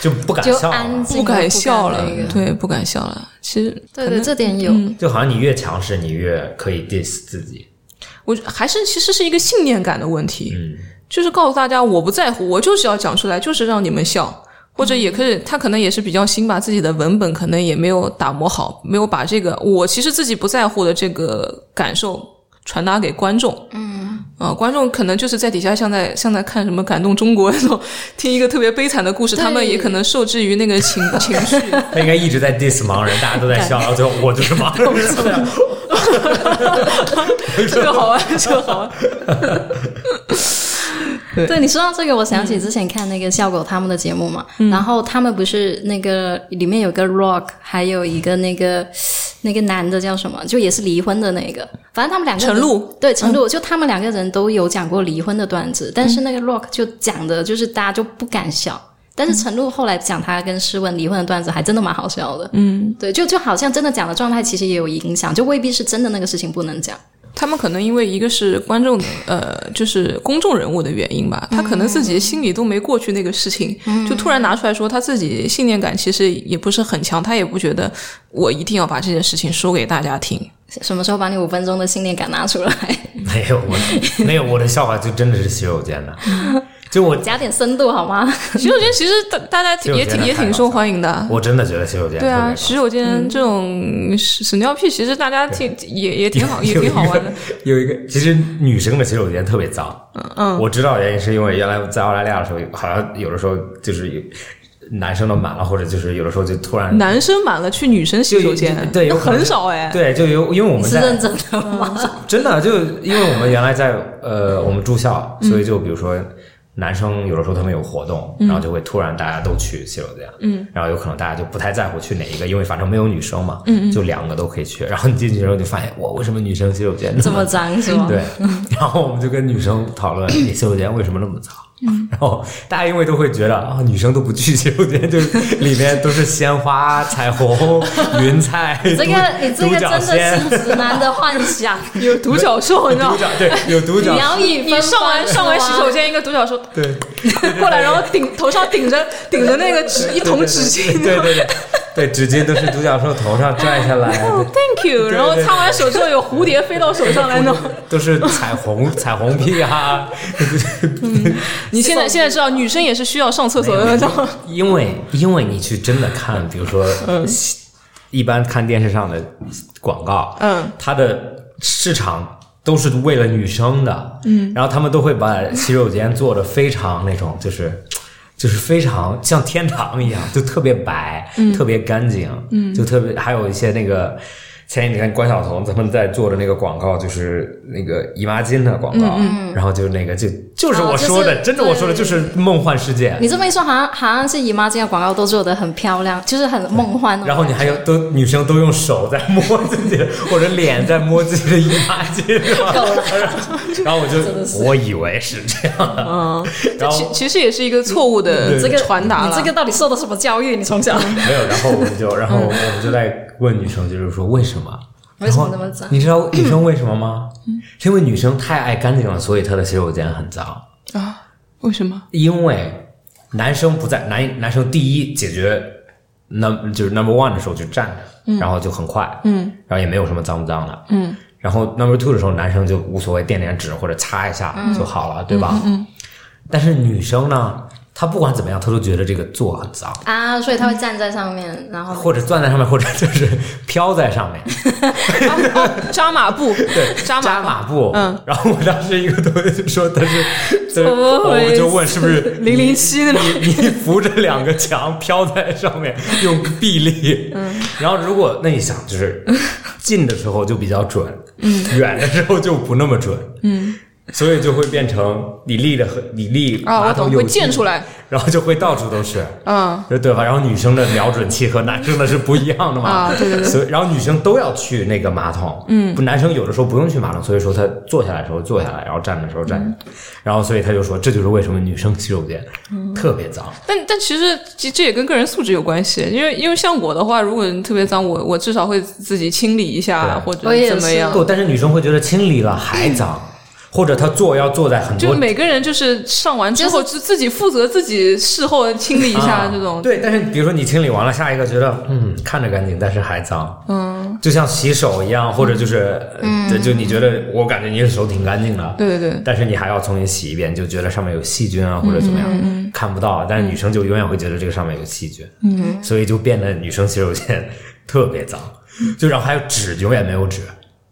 就不敢就笑了安嘛，静不敢笑了那个，对，不敢笑了。其实对对，这点有。就好像你越强势，你越可以 diss 自己，我还是其实是一个信念感的问题。嗯，就是告诉大家我不在乎，我就是要讲出来，就是让你们笑。或者也可以，他可能也是比较新吧，自己的文本可能也没有打磨好，没有把这个我其实自己不在乎的这个感受传达给观众。嗯，啊、观众可能就是在底下像在像在看什么感动中国那种，听一个特别悲惨的故事，对他们也可能受制于那个情情绪。他应该一直在 diss 盲人，大家都在笑，然后最后我就是盲人，是不是这个好玩，这个好玩。 对你说到这个，我想起之前看那个效果他们的节目嘛，嗯然后他们不是那个里面有个 Rock，还有一个那个那个男的叫什么，就也是离婚的那个，反正他们两个人陈露嗯对陈露，就他们两个人都有讲过离婚的段子，但是那个 Rock 就讲的就是大家就不敢笑。但嗯是陈露后来讲他跟诗文离婚的段子，还真的蛮好笑的。嗯，对，就就好像真的讲的状态，其实也有影响，就未必是真的那个事情不能讲。他们可能因为一个是观众的，呃，就是公众人物的原因嗯吧，他可能自己心里都没过去那个事情，就突然拿出来说，他自己信念感其实也不是很强，他也不觉得我一定要把这件事情说给大家 听。什么时候把你五分钟的信念感拿出来， 没有我，没有我的笑话就真的是洗手间的，就我加点深度好吗？洗手间其实大大家挺洗也手间挺的也太挺好受欢迎的啊。我真的觉得洗手间对特啊，别洗手嗯间这种屎屎尿屁，其实大家挺也也挺好，也 有一个挺好玩的。有一个，其实女生的洗手间特别脏。嗯，我知道原因是因为原来在澳大利亚的时候，好像有的时候就是有男生都满了，或者就是有的时候就突然男生满了去女生洗就有手间，对，那有可能很少哎。对，就有因为我你们是认在真的吗？ 真的就因为我们原来在呃我们住校，所嗯以就比如说。男生有的时候他们有活动，然后就会突然大家都去洗手间，嗯，然后有可能大家就不太在乎去哪一个，因为反正没有女生嘛，嗯，就两个都可以去。然后你进去之后就发现，哇，为什么女生洗手间那这么脏是吗？ 对，然后我们就跟女生讨论哎你洗手间为什么那么脏。嗯然后大家因为都会觉得啊，女生都不去洗手间，就是里面都是鲜花、彩虹、云彩。你这个你这独个角真的仙是直男的幻想，有独角兽，你知道独吗？角对，有独角，聊以你上完上完洗手间，间，一个独角兽对，过来，然后顶头上顶着顶着那个纸一桶纸巾对对对对，纸巾都是独角兽头上拽下来的，哦，Thank you，然后擦完手之后有蝴蝶飞到手上来弄。都是彩虹彩虹屁啊， 你现在现在知道女生也是需要上厕所的，知道吗？因为因为你去真的看，比如说，一般看电视上的广告，嗯，它的市场都是为了女生的，嗯，然后他们都会把洗手间做的非常那种，就是就是非常像天堂一样，就特别白，特别干净，嗯，就特别还有一些那个。前几天关晓彤他们在做的那个广告，就是那个姨妈巾的广告，然后就那个就就是哦我就是说的，真的我说的对就是梦幻世界。你这么一说，好像好像是姨妈巾的广告都做的很漂亮，就是很梦幻哦那种感觉。然后你还有都女生都用手在摸自己的或者脸在摸自己的姨妈巾，是 吧？然后我就我以为是这样的，然其后其实也是一个错误的这个传达你了这个啊到底受的什么教育？你从 小没有，然后我们就然 后我们就在问女生，就是说为什么？为什么然后那么脏嗯你知道女生为什么吗？是因为女生太爱干净了，所以她的洗手间很脏。啊？为什么？因为男生不在男男生第一解决那就是 number one 的时候就站着，然后就很快，嗯，然后也没有什么脏不脏的，嗯，然后 number two 的时候，男生就无所谓垫点纸或者擦一下就好了，对吧？嗯，但是女生呢，她不管怎么样，她都觉得这个座很脏，啊，所以他会站在上面，然后或者攥在上面，或者就是 飘在上面， 扎马步，对，扎扎马马步，嗯，然后我当时一个同学就说他 是，怎么回我事就问是不是 零零七那种。你你扶着两个墙飘在上 面，用臂力。嗯，然后如果那你想，就是近的时候就比较准，嗯，远的时候就不那么准，嗯，所以就会变成你立的和你立啊，马我桶懂，有会溅出来，来。然后就会到处都是。嗯，对对吧？然后女生的瞄准器和男生的是不一样的嘛，啊对对对所以然后女生都要去那个马桶，嗯，男生有的时候不用去马桶，所以说他坐下来的时候坐下来，然后站的时候站着，嗯然后所以他就说这就是为什么女生洗手间、嗯特别脏，但但其实这这也跟个人素质有关系，因为因为像我的话，如果特别脏，我我至少会自己清理一下对或者我也怎么是样。不，但是女生会觉得清理了还脏，或者她坐要坐在很就多每个人就是上完之后就自己负责自己事后清理一下啊这种。对，但是比如说你清理完了，下一个觉得嗯看着干净，但是还脏，嗯，就像洗手一样，或者就是嗯，对就你觉得我感觉你的手挺干净的，对对对但是你还要重新洗一遍，就觉得上面有细菌啊或者怎么样，嗯看不到。但是女生就永远会觉得这个上面有细菌，嗯，所以就变得女生洗手间特别脏，就然后还有纸永远没有纸，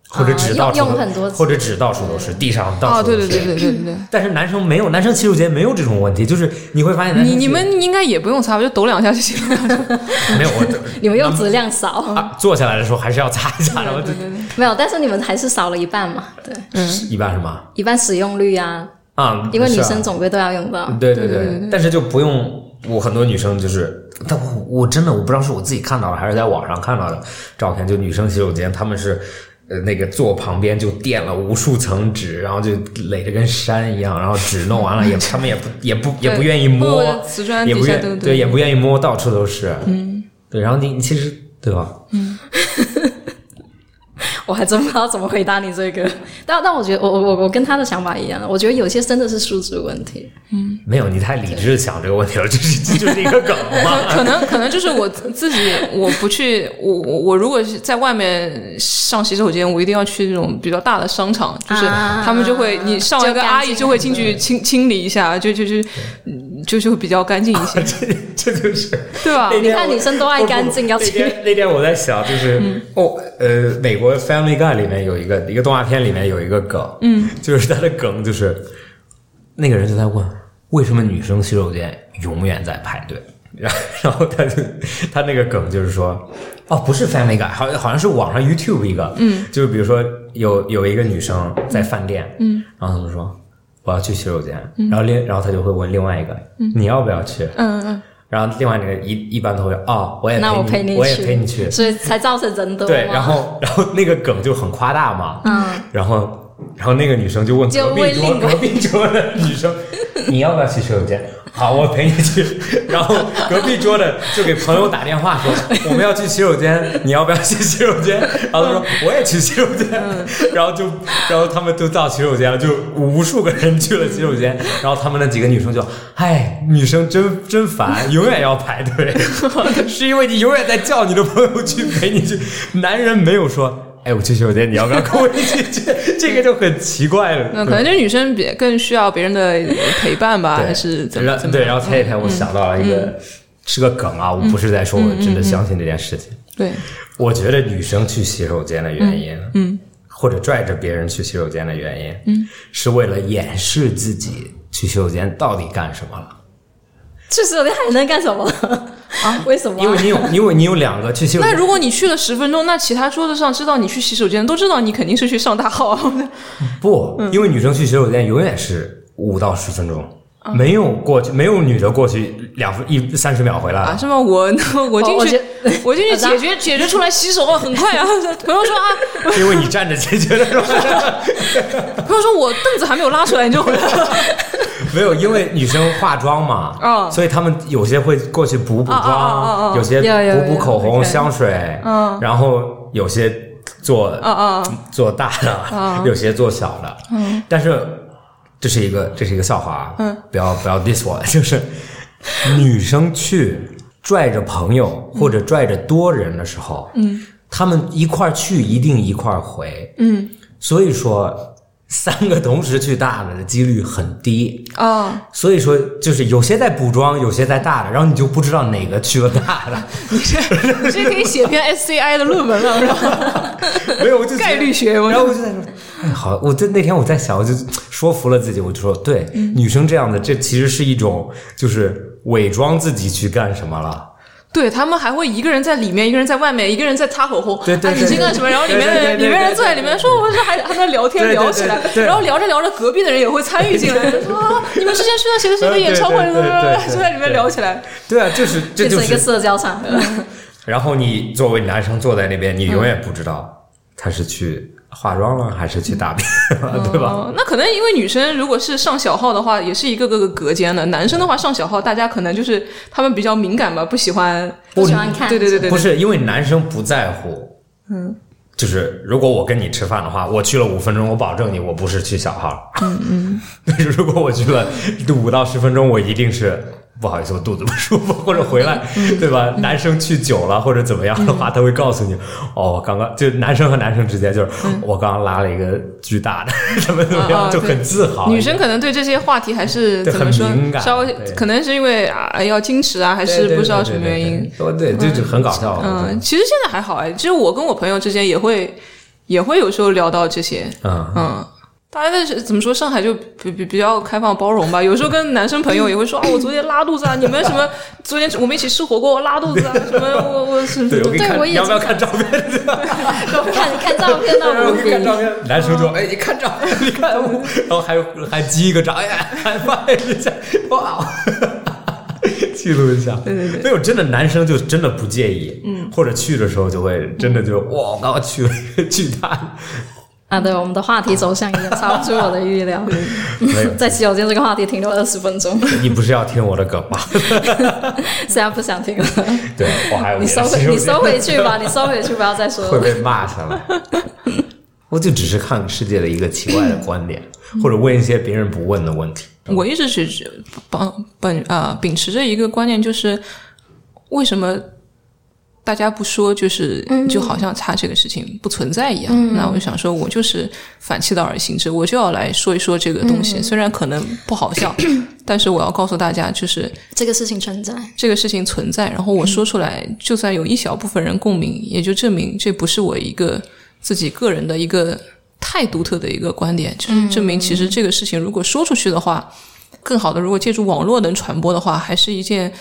或者啊纸用到处都、用很多次哦或者纸到处都是，地上到啊，处都对是。对对对对对对。但是男生没有，男生洗手间没有这种问题，就是你会发现男生你你洗手们应该也不用擦，我就抖两下就行 了。没有我 你们用质量少，啊，坐下来的时候还是要擦一下，然后就 没有，但是你们还是少了一半嘛，对，一般什么一半使用率啊，嗯啊，因为是女啊生总归都要用到。啊对对对，但是就不用。我很多女生就是，但我我真的我不知道是我自己看到的还是在网上看到的照片，就女生洗手间，她们是呃那个坐旁边就垫了无数层纸，然后就垒着跟山一样，然后纸弄 完了也她们也不也不也不愿意摸对，瓷砖也底不下愿都对对也不愿意摸，到处都是，嗯，对，然后你你其实对吧？我还真不知道怎么回答你这个，但但我觉得我我我我跟他的想法一样，我觉得有些真的是素质问题。嗯没有，你太理智想这个问题了，这是这就是一个梗嘛。 可能可能就是我自己，我不去，我我我如果是在外面上洗手间，我一定要去那种比较大的商场，就是啊他们就会，你上一就个干净阿姨就会进去清清理一下，就就就嗯就就会比较干净一 些，这这就是对吧？那你天我看女生多爱干净，要那去嗯天那天我在想，就是、哦，呃，美国《Family Guy》里面有一个一个动画片里面有一个梗，嗯，就是它的梗就是那个人就在问为什么女生洗手间永远在排队，然后然后他就他那个梗就是说，哦，不是 Family Guy，好像好像是网上 YouTube 一个，嗯，就是比如说有有一个女生在饭店，嗯，然后他们说我要去洗手间，然后另然后他就会问另外一个，你要不要去？嗯嗯，然后另外那个一一般都会哦，我也那我陪你，你我也去陪你去，所以才造成人多嘛。对，然 后然后那个梗就很夸大嘛，嗯，然后然后那个女生就问就隔壁问桌另外隔壁桌的女 生，你要不要去洗手间？好，我陪你去。然后隔壁桌的就给朋友打电话 说我们要去洗手间，你要不要去洗手间？然后他说我也去洗手间，嗯 然后就然后他们就到洗手间了，就无数个人去了洗手间，然后他们那几个女生就唉，女生真真烦，永远要排 队，是因为你永远在叫你的朋友去陪你去，男人没有说。哎，我去洗手间，你要不要跟我一起去？这个就很奇怪了。嗯那可能就是女生比更需要别人的陪伴吧，对还啊是怎么然怎么嗯对，然后前几天我想到了一个，是个梗啊，我不是在说嗯我真的相信这件事情。对？我觉得女生去洗手间的原因，嗯，或者拽着别人去洗手间的原因，嗯，是为了掩饰自己去洗手间到底干什么了。去洗手间还能干什么啊？ 为什么啊？因为你有，因为你有两个去洗手 那间，如果你去了十分钟，那其他桌子上知道你去洗手间，都知道你肯定是去上大号。 不，嗯因为女生去洗手间永远是五到十分钟。哦没有过去，没有女的过去两分一三十秒回来啊，是吗？我 我进我去觉，哦我进去我知道解决解决出来洗手啊，很快啊。 朋友说啊，因为你站着解决了是吧。朋友说我凳子还没有拉出来你就回来了。 没有，因为女生化妆嘛，嗯所以她们有些会过去补补哦哦哦妆，哦有些有有补补有口红、 OK 香水，嗯，然后有些做啊啊，做大的， 有些做小的，嗯，但是这是一 个这是一个笑话啊，嗯，不要不要 diss 我，就是女生去拽着朋友或者拽着多人的时候，嗯，他们一块儿去一定一块儿回，嗯，所以说三个同时去大的的几率很低，哦，所以说就是有些在补妆，有些在大的，然后你就不知道哪个去了大的，你这可以写篇 SCI 的论文了，是 吧？没有，我就觉得概率学我然后我就在说，哎，好，我在那天我在想，我就说服了自己，我就说，对，女生这样的，这其实是一种就是伪装自己去干什么了。对他们还会一个人在里面，一个人在外面，一个人在擦火红。对对啊，对你去干什么？然后里面的对对对人，对里面人坐在里面说，我这还还在聊天对对对聊起来对对，对然后聊着聊着，隔壁的人也会参与进来，就说啊，你们之前去了谁的谁的演唱会，对对对对对对就在里面聊起来。对啊，就是这变就成一个是。嗯社交场合。然后你作为男生坐在那边，你永远不知道他是去化妆了还是去大便了，对吧？哦，那可能因为女生如果是上小号的话，也是一个个个隔间的；男生的话上小号，大家可能就是他们比较敏感吧，不喜欢。不喜欢看对对对对，不是因为男生不在乎，嗯，就是如果我跟你吃饭的话，我去了五分钟，我保证你我不是去小号，嗯嗯，但是如果我去了五到十分钟，我一定是。不好意思，我肚子不舒服，或者回来，对吧？男生去久了或者怎么样的话，他会告诉你，哦，我刚刚就男生和男生之间就是我刚刚拉了一个巨大的，怎么怎么啊样，啊就对很自豪。女生可能对这些话题还是对怎么说很敏，感稍微对可能是因为啊要矜持啊，还对是对不知道对什么对原对因。对哦，对，这就很搞笑。嗯，其实现在还好哎，其实我跟我朋友之间也会也会有时候聊到这些，嗯，嗯。大家的是怎么说？上海就比比比较开放包容吧。有时候跟男生朋友也会说啊，我昨天拉肚子啊，你们什么？昨天我们一起吃火锅，我拉肚子啊，什么我我什么？对，我给你看，我你也要不要看照片？看看照片到我 无给你看比。照片，男生说：“哎，你看照片，你看我。”然后还还击一个掌，哎，还发一下，哇，哦 记录一下。对对对，没有真的男生就真的不介意，嗯，或者去的时候就会真的就哇，我刚刚去了 一个巨大，啊，对，我们的话题走向也超出我的 预料。，没有在洗手间这个话题停留二十分钟， 你不是要听我的梗 吗？现在不想 听了。对我还有你别的收形回，容你收回去吧，你收回去，不要再说 会了。被骂下来。 我就只是看世界的一个奇怪的观点，或者问一些别人不问的问题。我一直是本本啊、秉持着一个观念，就是为什么大家不说，就是、就好像他这个事情不存在一样。那我就想说，我就是反其道而行之，我就要来说一说这个东西。虽然可能不好笑，但是我要告诉大家，就是这个事情存在，这个事情存在。然后我说出来，就算有一小部分人共鸣，也就证明这不是我一个自己个人的一个太独特的一个观点，就是证明其实这个事情如果说出去的话，更好的如果借助网络能传播的话，还是一件。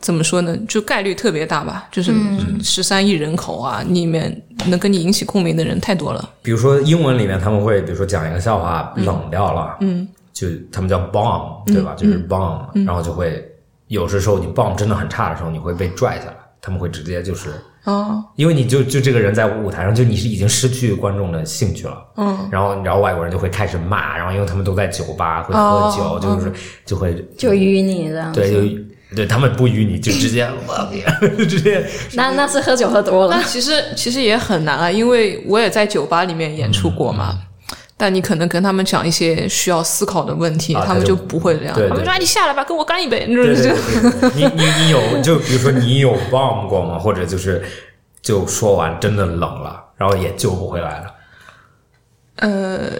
怎么说呢？就概率特别大吧，就是十三亿人口啊，里面能跟你引起共鸣的人太多了。比如说英文里面他们会，比如说讲一个笑话冷掉了，嗯，就他们叫 bomb，对吧？就是 bomb，、然后就会有时候你 bomb 真的很差的时候，你会被拽下来，他们会直接就是，哦，因为你就就这个人在舞台上，就你是已经失去观众的兴趣了，嗯，然后你知道外国人就会开始骂，然后因为他们都在酒吧会喝酒，哦就是就会就淤泥这样。对就。对他们不与你就直接 直接那那是喝酒喝多了那。其实其实也很难啊，因为我也在酒吧里面演出过嗯嘛。嗯但你可能跟他们讲一些需要思考的问题，啊他他们就就不会这样。对对他们说：“对哎，你下来吧，跟我干一杯。”那对种对对就对对，你你你有就比如说你有 bomb 过吗？或者就是就说完真的冷了，然后也救不回来了。呃，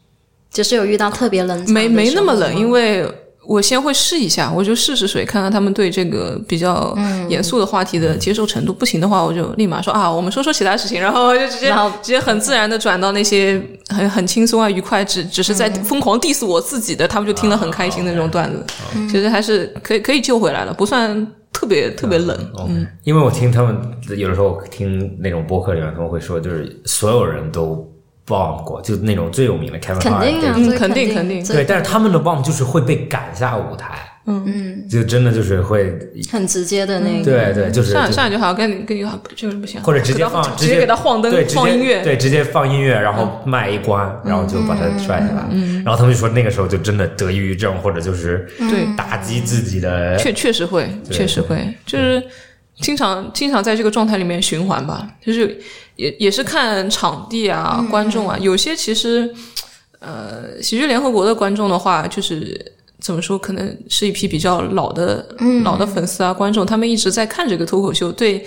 就是有遇到特别冷，没没那么嗯冷，因为我先会试一下，我就试试水，看看他们对这个比较严肃的话题的接受程度。不行的话，我就立马说啊，我们说说其他事情，然后就直接然后直接很自然的转到那些很很轻松啊、愉快，只只是在疯狂 diss 我自己的，他们就听了很开心的那种段子。其实还是可以可以救回来了，不算特别特别冷。嗯，因为我听他们有的时候听那种播客里面他们会说，就是所有人都 bomb 过，就那种最有名的 Kevin 肯 Hart，定啊，对嗯这肯定定肯定对，这但是他们的 bomb 就是会被赶下舞台，嗯，就真的就是会，很直接的那个。对对，就是上来就上来就好，跟你跟你好就是不行，或者直接放给他直接给他晃灯对直接晃音乐，嗯对，直接放音乐，然后麦一关，然后就把它拽下来。然后他们就说那个时候就真的得抑郁症，或者就是对打击自己的。确确实会，对确实会，就是经常经常在这个状态里面循环吧，就是也也是看场地啊、观众啊，有些其实呃，喜剧联合国的观众的话，就是怎么说，可能是一批比较老的、老的粉丝啊、观众，他们一直在看这个脱口秀，对。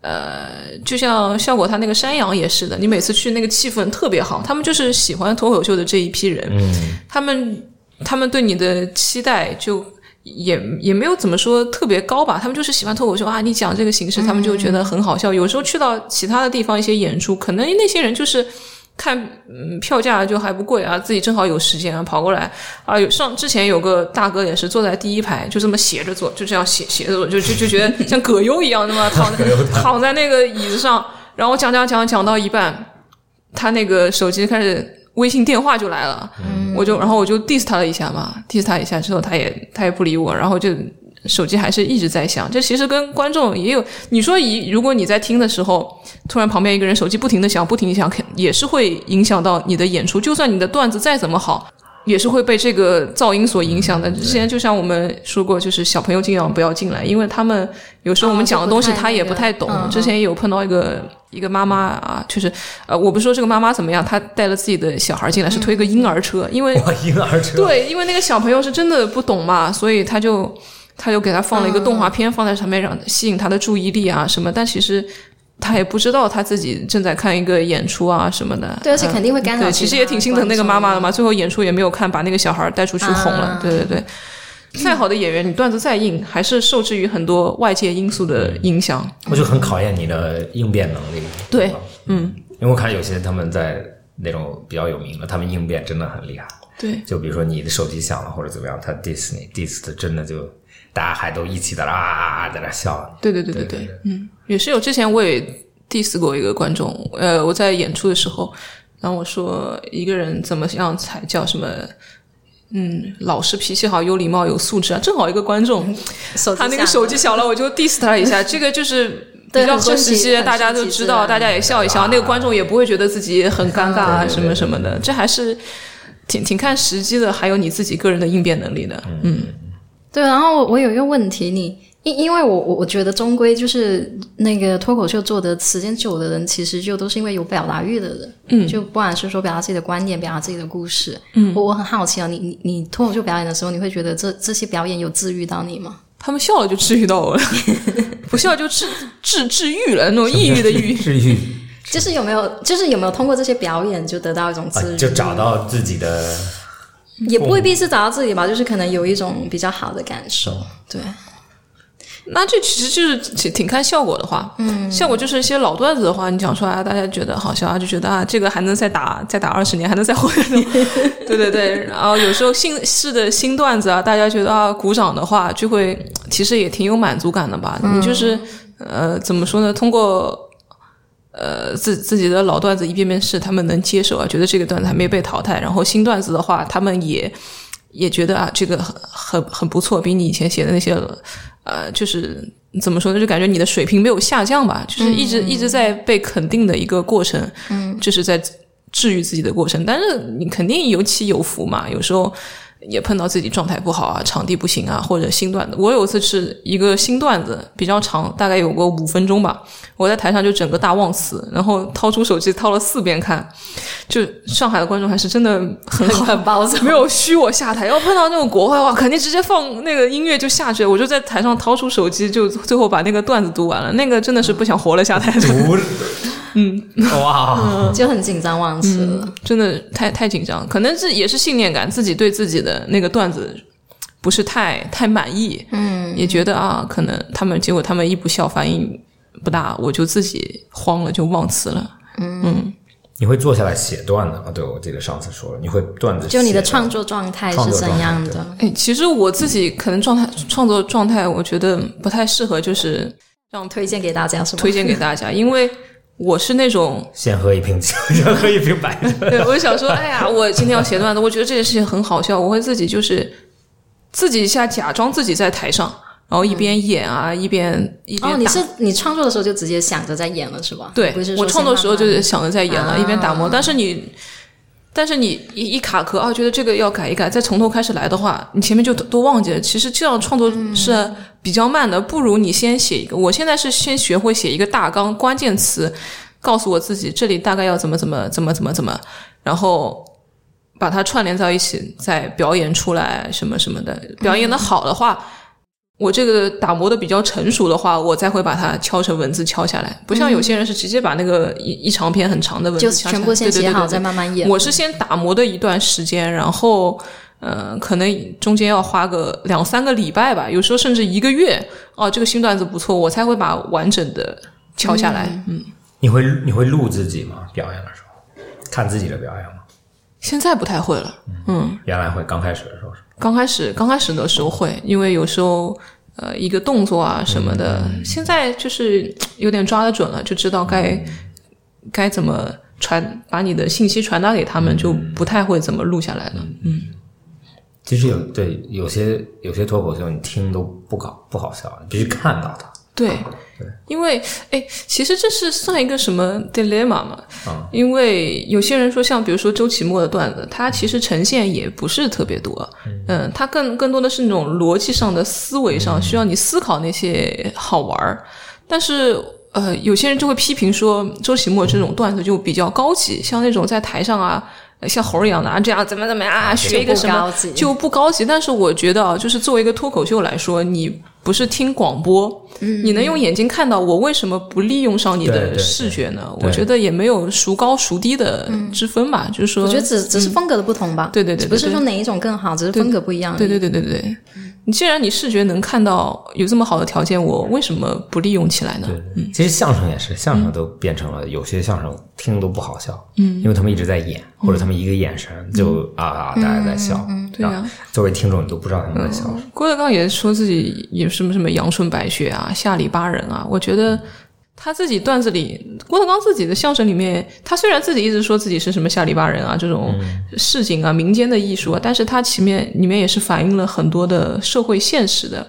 呃，就像效果他那个山羊也是的，你每次去那个气氛特别好，他们就是喜欢脱口秀的这一批人，嗯他们他们对你的期待就也也没有怎么说特别高吧，他们就是喜欢脱口秀啊，你讲这个形式，他们就觉得很好笑。有时候去到其他的地方一些演出，可能那些人就是。看，嗯，票价就还不贵啊，自己正好有时间啊，跑过来啊。有上之前有个大哥也是坐在第一排，就这么斜着坐，就这样斜斜着坐，就就就觉得像葛优一样的 嘛，躺在躺在那个椅子上，然后讲讲讲讲到一半，他那个手机开始微信电话就来了，嗯我就然后我就 diss 他了一下嘛，diss 他一下之后，他也他也不理我，然后就嗯手机还是一直在响。这其实跟观众也有，你说一如果你在听的时候，突然旁边一个人手机不停的响，不停的响，肯也是会影响到你的演出。就算你的段子再怎么好。也是会被这个噪音所影响的。之前就像我们说过，就是小朋友尽量不要进来，因为他们有时候我们哦讲的就不东西太他也那不个太懂嗯。之前也有碰到一个一个妈妈啊，就是呃，我不是说这个妈妈怎么样，她带了自己的小孩进嗯来，是推个婴儿车，因为哇，婴儿车，对，因为那个小朋友是真的不懂嘛，所以他就他就给他放了一个嗯动画片放在上面，让吸引他的注意力啊什么。但其实他也不知道他自己正在看一个演出啊什么的。对，而且肯定会干扰他对，的观众。其实也挺心疼那个妈妈的嘛，最后演出也没有看，把那个小孩带出去哄了。啊对对对。再好的演员，你段子再硬，还是受制于很多外界因素的影响。我就很考验你的应变能力。对，嗯，因为我看有些他们在那种比较有名的，他们应变真的很厉害。对，就比如说你的手机响了或者怎么样，他 diss 你 diss 的真的就大家还都一起在那啊啊啊在那笑。对对对对对，嗯，也是有。之前我也 diss 过一个观众，呃，我在演出的时候，然后我说一个人怎么样才叫什么？嗯，老实脾气好，有礼貌，有素质啊！正好一个观众，手机他那个响手了机响了，我就 diss 他一下。这个就是比对较很合顺时其机，很大家顺都其知自道，然大家也笑一笑，那个观众也不会觉得自己很尴尬啊，什么什么的。这还是挺挺看时机的，还有你自己个人的应变能力的。嗯，对，然后我有一个问题，你因因为我我我觉得终归就是那个脱口秀做的时间久的人，其实就都是因为有表达欲的人，嗯，就不管是说表达自己的观点，表达自己的故事，嗯，我我很好奇啊，你你你脱口秀表演的时候，你会觉得这这些表演有治愈到你吗？他们笑了就治愈到我了， 不笑就治 治治愈了，那种抑郁的郁。治愈就是有没有，就是有没有通过这些表演就得到一种啊治愈，，就找到自己的也不未必是找到自己吧，就是可能有一种比较好的感受，对，那这其实就是挺挺看效果的话，嗯，效果就是一些老段子的话，你讲出来，大家觉得好笑啊，就觉得啊，这个还能再打再打二十年，还能再火一种对对对。然后有时候新是的新段子啊，大家觉得啊，鼓掌的话，就会其实也挺有满足感的吧。你就是呃，怎么说呢？通过呃自自己的老段子一遍遍试，他们能接受啊，觉得这个段子还没被淘汰。然后新段子的话，他们也也觉得啊，这个很很很不错，比你以前写的那些呃，就是怎么说呢，就感觉你的水平没有下降吧，就是一嗯直、一直在被肯定的一个过程，嗯，就是在治愈自己的过程。但是你肯定有起有伏嘛，有时候。也碰到自己状态不好啊，场地不行啊，或者新段子。我有一次是一个新段子，比较长，大概有个五分钟吧。我在台上就整个大忘词，然后掏出手机掏了四遍看。就上海的观众还是真的很好，很包容没有虚我下台。要碰到那种国外哇，肯定直接放那个音乐就下去了。我就在台上掏出手机，就最后把那个段子读完了。那个真的是不想活了下台， 毒，嗯， 哇，就很紧张忘词了，真的太太紧张，可能这也是信念感，自己对自己的那个段子不是太太满意，嗯，也觉得啊，可能他们结果他们一不笑，反应不大，我就自己慌了，就忘词了。你会坐下来写段子啊？对，我记得上次说了，你会段子就你的写创作状态创是作怎状态样对的？哎，其实我自己可能状态创作状态，我觉得不太适合，就是推荐给大家是吗？推荐给大家，因为我是那种先喝一瓶酒， 先喝一瓶白的，对，我就想说，哎呀，我今天要写段子，我觉得这件事情很好笑，我会自己就是自己一下假装自己在台上，然后一边演啊，一边一边打。哦，你是你创作的时候就直接想着在演了是吧？对不是我说创作时候先慢慢就是想着在演了，一边打啊磨，但是你。但是你一一卡壳啊，觉得这个要改一改，再从头开始来的话，你前面就都都忘记了。其实这样创作嗯是比较慢的，不如你先写一个。我现在是先学会写一个大纲、关键词，告诉我自己这里大概要怎么怎么怎么怎么怎么，然后把它串联到一起，再表演出来什么什么的。表演的好的话，我这个打磨的比较成熟的话，我再会把它敲成文字敲下来。不像有些人是直接把那个一一长篇很长的文字就敲下来，全部先对对写对好，对再慢慢演。我是先打磨的一段时间，然后呃，可能中间要花个两三个礼拜吧，有时候甚至一个月。哦，这个新段子不错，我才会把完整的敲下来。嗯，你会你会录自己吗？表演的时候，看自己的表演吗？现在不太会了。嗯，原来会，刚开始的时候是。刚开始刚开始的时候会，因为有时候。呃，一个动作啊什么的，现在就是有点抓得准了，就知道该、该怎么传，把你的信息传达给他们，就不太会怎么录下来了。其实有对有些有些脱口秀你听都不搞不好笑，你必须看到它。对，啊因为哎，其实这是算一个什么 dilemma 嘛？嗯啊因为有些人说，像比如说周奇墨的段子，他其嗯实呈现也不是特别多，嗯，他更更多的是那种逻辑上的、思维嗯上需要你思考那些好玩儿。但是呃，有些人就会批评说，周奇墨这种段子就比较高级，像那种在台上啊。呃像猴儿一样的啊，这样怎么怎么样啊，学一个什么就不高级就不高级。但是我觉得啊，就是作为一个脱口秀来说，你不是听广播，你嗯能用眼睛看到，我为什么不利用上你对对的对视觉呢？对我觉得也没有孰高孰低的之分吧，就是说，嗯我觉得只只是风格的不同嗯吧。对对对对不是对说哪一种更好，只是风格不一样。对对，对对对，嗯你既然你视觉能看到有这么好的条件，我为什么不利用起来呢？对，其实相声也是，相声都变成了有些相声听都不好笑，嗯，因为他们一直在演，或者他们一个眼神就啊啊，大家在笑，嗯，对啊，作为听众你都不知道他们在笑什么。郭德纲也说自己有什么什么阳春白雪啊、下里巴人啊，我觉得。他自己段子里，郭德纲自己的相声里面，他虽然自己一直说自己是什么下里巴人啊这种市井啊、民间的艺术啊，但是他前面里面也是反映了很多的社会现实的。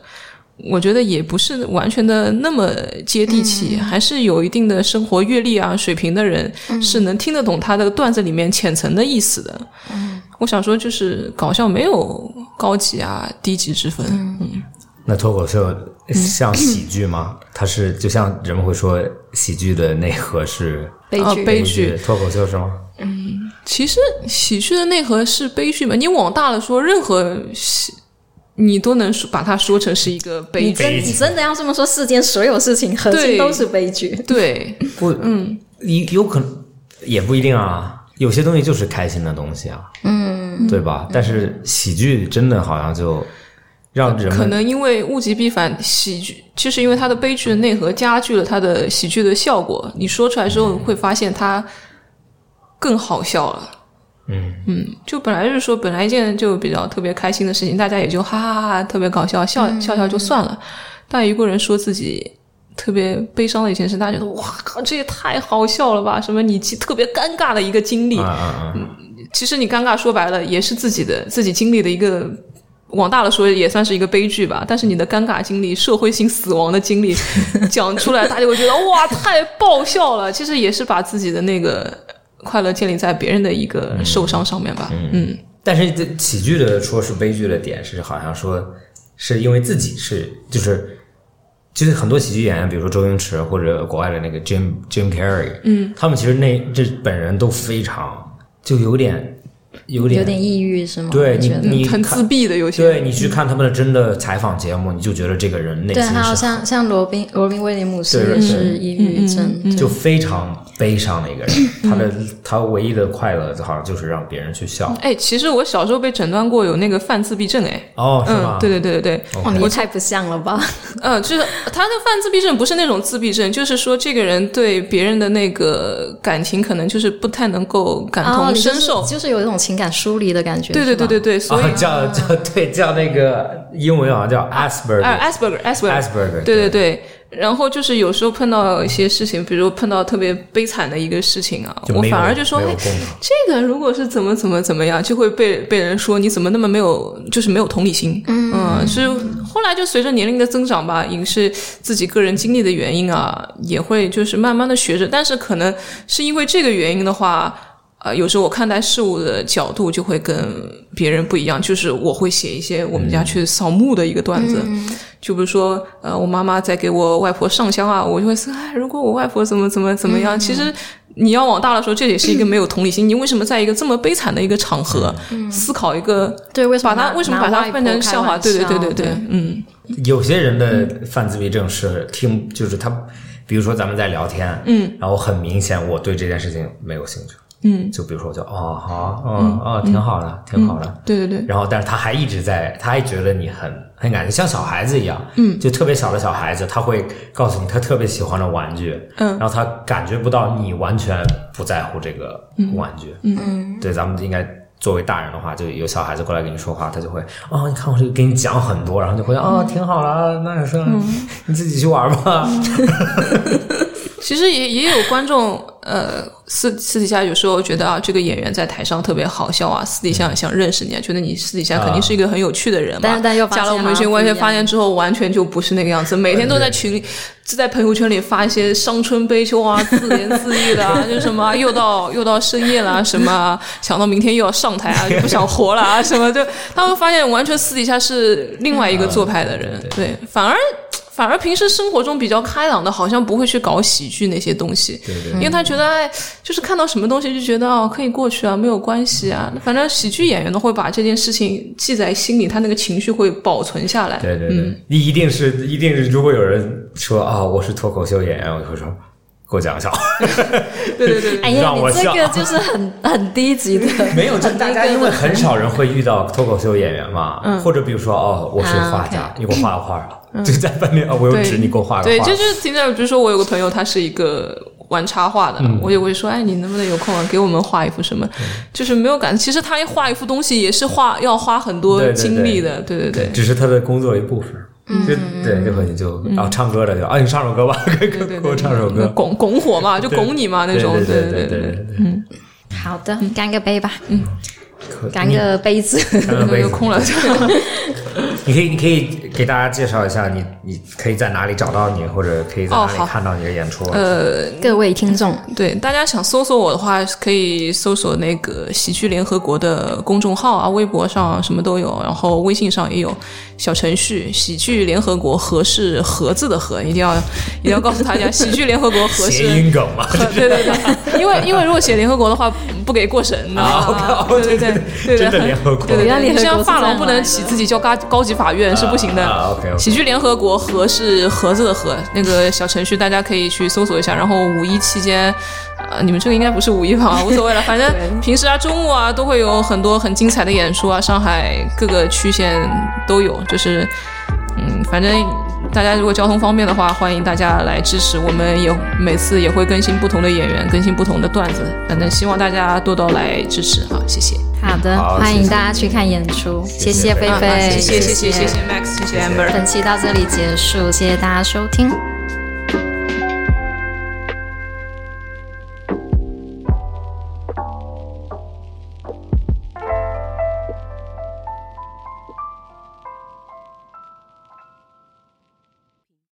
我觉得也不是完全的那么接地气，还是有一定的生活阅历啊、水平的人、是能听得懂他的段子里面浅层的意思的。我想说，就是搞笑没有高级啊、低级之分。嗯，那脱口秀像喜剧吗？它是就像人们会说喜剧的内核是悲啊剧。悲剧，脱口秀是吗？其实喜剧的内核是悲剧嘛。你往大了说，任何喜你都能说把它说成是一个悲你剧。真悲剧你真的要这么说，世间所有事情核心对都是悲剧。对，不，嗯，有有可能也不一定啊，有些东西就是开心的东西啊，嗯，对吧？但是喜剧真的好像就让人可们能因为物极必反，喜剧就是因为它的悲剧的内核加剧了它的喜剧的效果。你说出来之后，会发现它更好笑了。嗯嗯，就本来就是说，本来一件就比较特别开心的事情，大家也就哈哈哈哈，特别搞笑，笑笑笑就算了。但一个人说自己特别悲伤的一件事，大家觉得哇靠，这也太好笑了吧？什么你其特别尴尬的一个经历，啊啊啊，嗯其实你尴尬说白了也是自己的自己经历的一个，往大了说也算是一个悲剧吧。但是你的尴尬经历、社会性死亡 的经历讲出来，大家会觉得哇太爆笑了。其实也是把自己的那个快乐建立在别人的一个受伤上面吧。嗯，但是这喜剧的说是悲剧的点是，好像说是因为自己是就是。就是很多喜剧演员，比如说周星驰或者国外的那个 Jim Jim Carrey，嗯，他们其实那这本人都非常就有点有点有点抑郁是吗？对我觉你得你很看自闭的有些人对你去看他们的真的采访节目，你就觉得这个人内对，心还有是像像罗宾罗宾威廉姆斯对也对是抑嗯郁症，就非常悲伤的一个 人。他的他唯一的快乐好像就是让别人去笑。嗯哎，其实我小时候被诊断过有那个泛自闭症，哎，哦，是吗嗯，？对对对对对，哇，你也太不像了吧？呃，就是他的泛自闭症不是那种自闭症，就是说这个人对别人的那个感情可能就是不太能够感 哦同你就身是受。就是有一种情感疏离的感觉。对对是吧对对对，所以啊，叫叫对叫那个英文好像叫啊 Asperger，Asperger，哎，Asperger，Asperger，对对对。然后就是有时候碰到一些事情，比如碰到特别悲惨的一个事情啊，就我没有反而就说，没有哎共鸣，这个如果是怎么怎么怎么样，就会被被人说你怎么那么没有，就是没有同理心。嗯，是后来就随着年龄的增长吧，也是自己个人经历的原因啊，也会就是慢慢的学着，但是可能是因为这个原因的话。呃，有时候我看待事物的角度就会跟别人不一样，就是我会写一些我们家去扫墓的一个段子，嗯就比如说，嗯呃，我妈妈在给我外婆上香啊，我就会说，哎，如果我外婆怎么怎么怎么样，其实你要往大了说，这也是一个没有同理心。你为什么在一个这么悲惨的一个场合思考一个？嗯对为什把么它拿为什么拿把外它婆变成笑话？开玩对对对对笑对对，嗯有些人的犯自闭症是听，就是他，比如说咱们在聊天，嗯，然后很明显我对这件事情没有兴趣，嗯，就比如说我就哦好，嗯哦挺好的，挺好的，对对对。然后但是他还一直在，他还觉得你很很感兴趣，像小孩子一样，嗯，就特别小的小孩子，他会告诉你他特别喜欢的玩具，嗯，然后他感觉不到你完全不在乎这个玩具，嗯，对，咱们应该。作为大人的话，就有小孩子过来跟你说话，他就会啊、你看我这个给你讲很多，然后就会啊、挺好了，那是、你自己去玩吧。其实也也有观众，呃，私私底下有时候觉得啊，这个演员在台上特别好笑嗯啊，私底下很想认识你，啊，觉得你私底下肯定是一个很有趣的人嘛。但是但又发现加了我们好像群，不完全一样发现之后，完全就不是那个样子，每天都在群里，就在朋友圈里发一些伤春悲秋啊、自怜自艾的 啊，就是什么啊又到又到深夜了啊，什么啊 想到明天又要上台啊，就不想活了啊，什么就他会发现完全私底下是另外一嗯个做派的人，对对，反而。反而平时生活中比较开朗的，好像不会去搞喜剧那些东西，对对因为他觉得哎，就是看到什么东西就觉得哦可以过去啊，没有关系啊。反正喜剧演员呢会把这件事情记在心里，他那个情绪会保存下来。对对对，你一定是一定是，如果有人说啊、我是脱口秀演员，我就会说给我讲一下。对对对对哎呀，让你我这笑个就是很很低 级的， 没有，就很大低家规因为则很少人会遇到脱口秀演员嘛，嗯或者比如说哦，我是画家，你给我画个画吧，就在饭店啊，我有对纸，你给我画个画。啊嗯对，就是停在，比如说我有个朋友，他是一个玩插画的，我就会说，哎，你能不能有空啊，给我们画一幅什么？就是没有感，其实他画一幅东西也是画要花很多对对对精力的，对对对。只是他的工作一部分。嗯就对，就会就然后唱歌的就啊，你唱首歌吧，给给 给我唱首歌。拱拱火嘛，就拱你嘛那种，对对对对嗯对，好的，干个杯吧，嗯，对干个杯子。干杯对，就空了。你可以，你可以给大家介绍一下你，你可以在哪里找到你，或者可以在哪哦里好呃看到你的演出？ 各位听众，对，大家想搜索我的话，可以搜索那个喜剧联合国的公众号啊，微博上什么都有，然后微信上也有小程序“喜剧联合国”，和是盒子的盒，一定要一定要告诉 大家，喜剧联合国和谐是。音梗嘛，和对对对，因为因为如果写联合国的话，不给过审的。啊，OK，哦对对对对真对，的联合国对对原来对，联你合国像是发这廊样不来能的啊起自己叫高高级法院是不行的。啊，OK，OK 喜剧联合国和是盒子的盒，那个小程序大家可以去搜索一下。然后五一期间，呃，你们这个应该不是五一吧？无所谓了，反正平时啊、周末啊都会有很多很精彩的演出啊，上海各个区县都有。就是，嗯，反正大家如果交通方便的话，欢迎大家来支持。我们也每次也会更新不同的演员，更新不同的段子。反正希望大家多多来支持啊，谢谢。好的，好欢迎谢谢大家去看演出，谢谢嗯谢谢贝啊贝贝谢贝，谢谢谢谢谢 Max，谢谢 Amber。本期到这里结束，谢谢大家收听。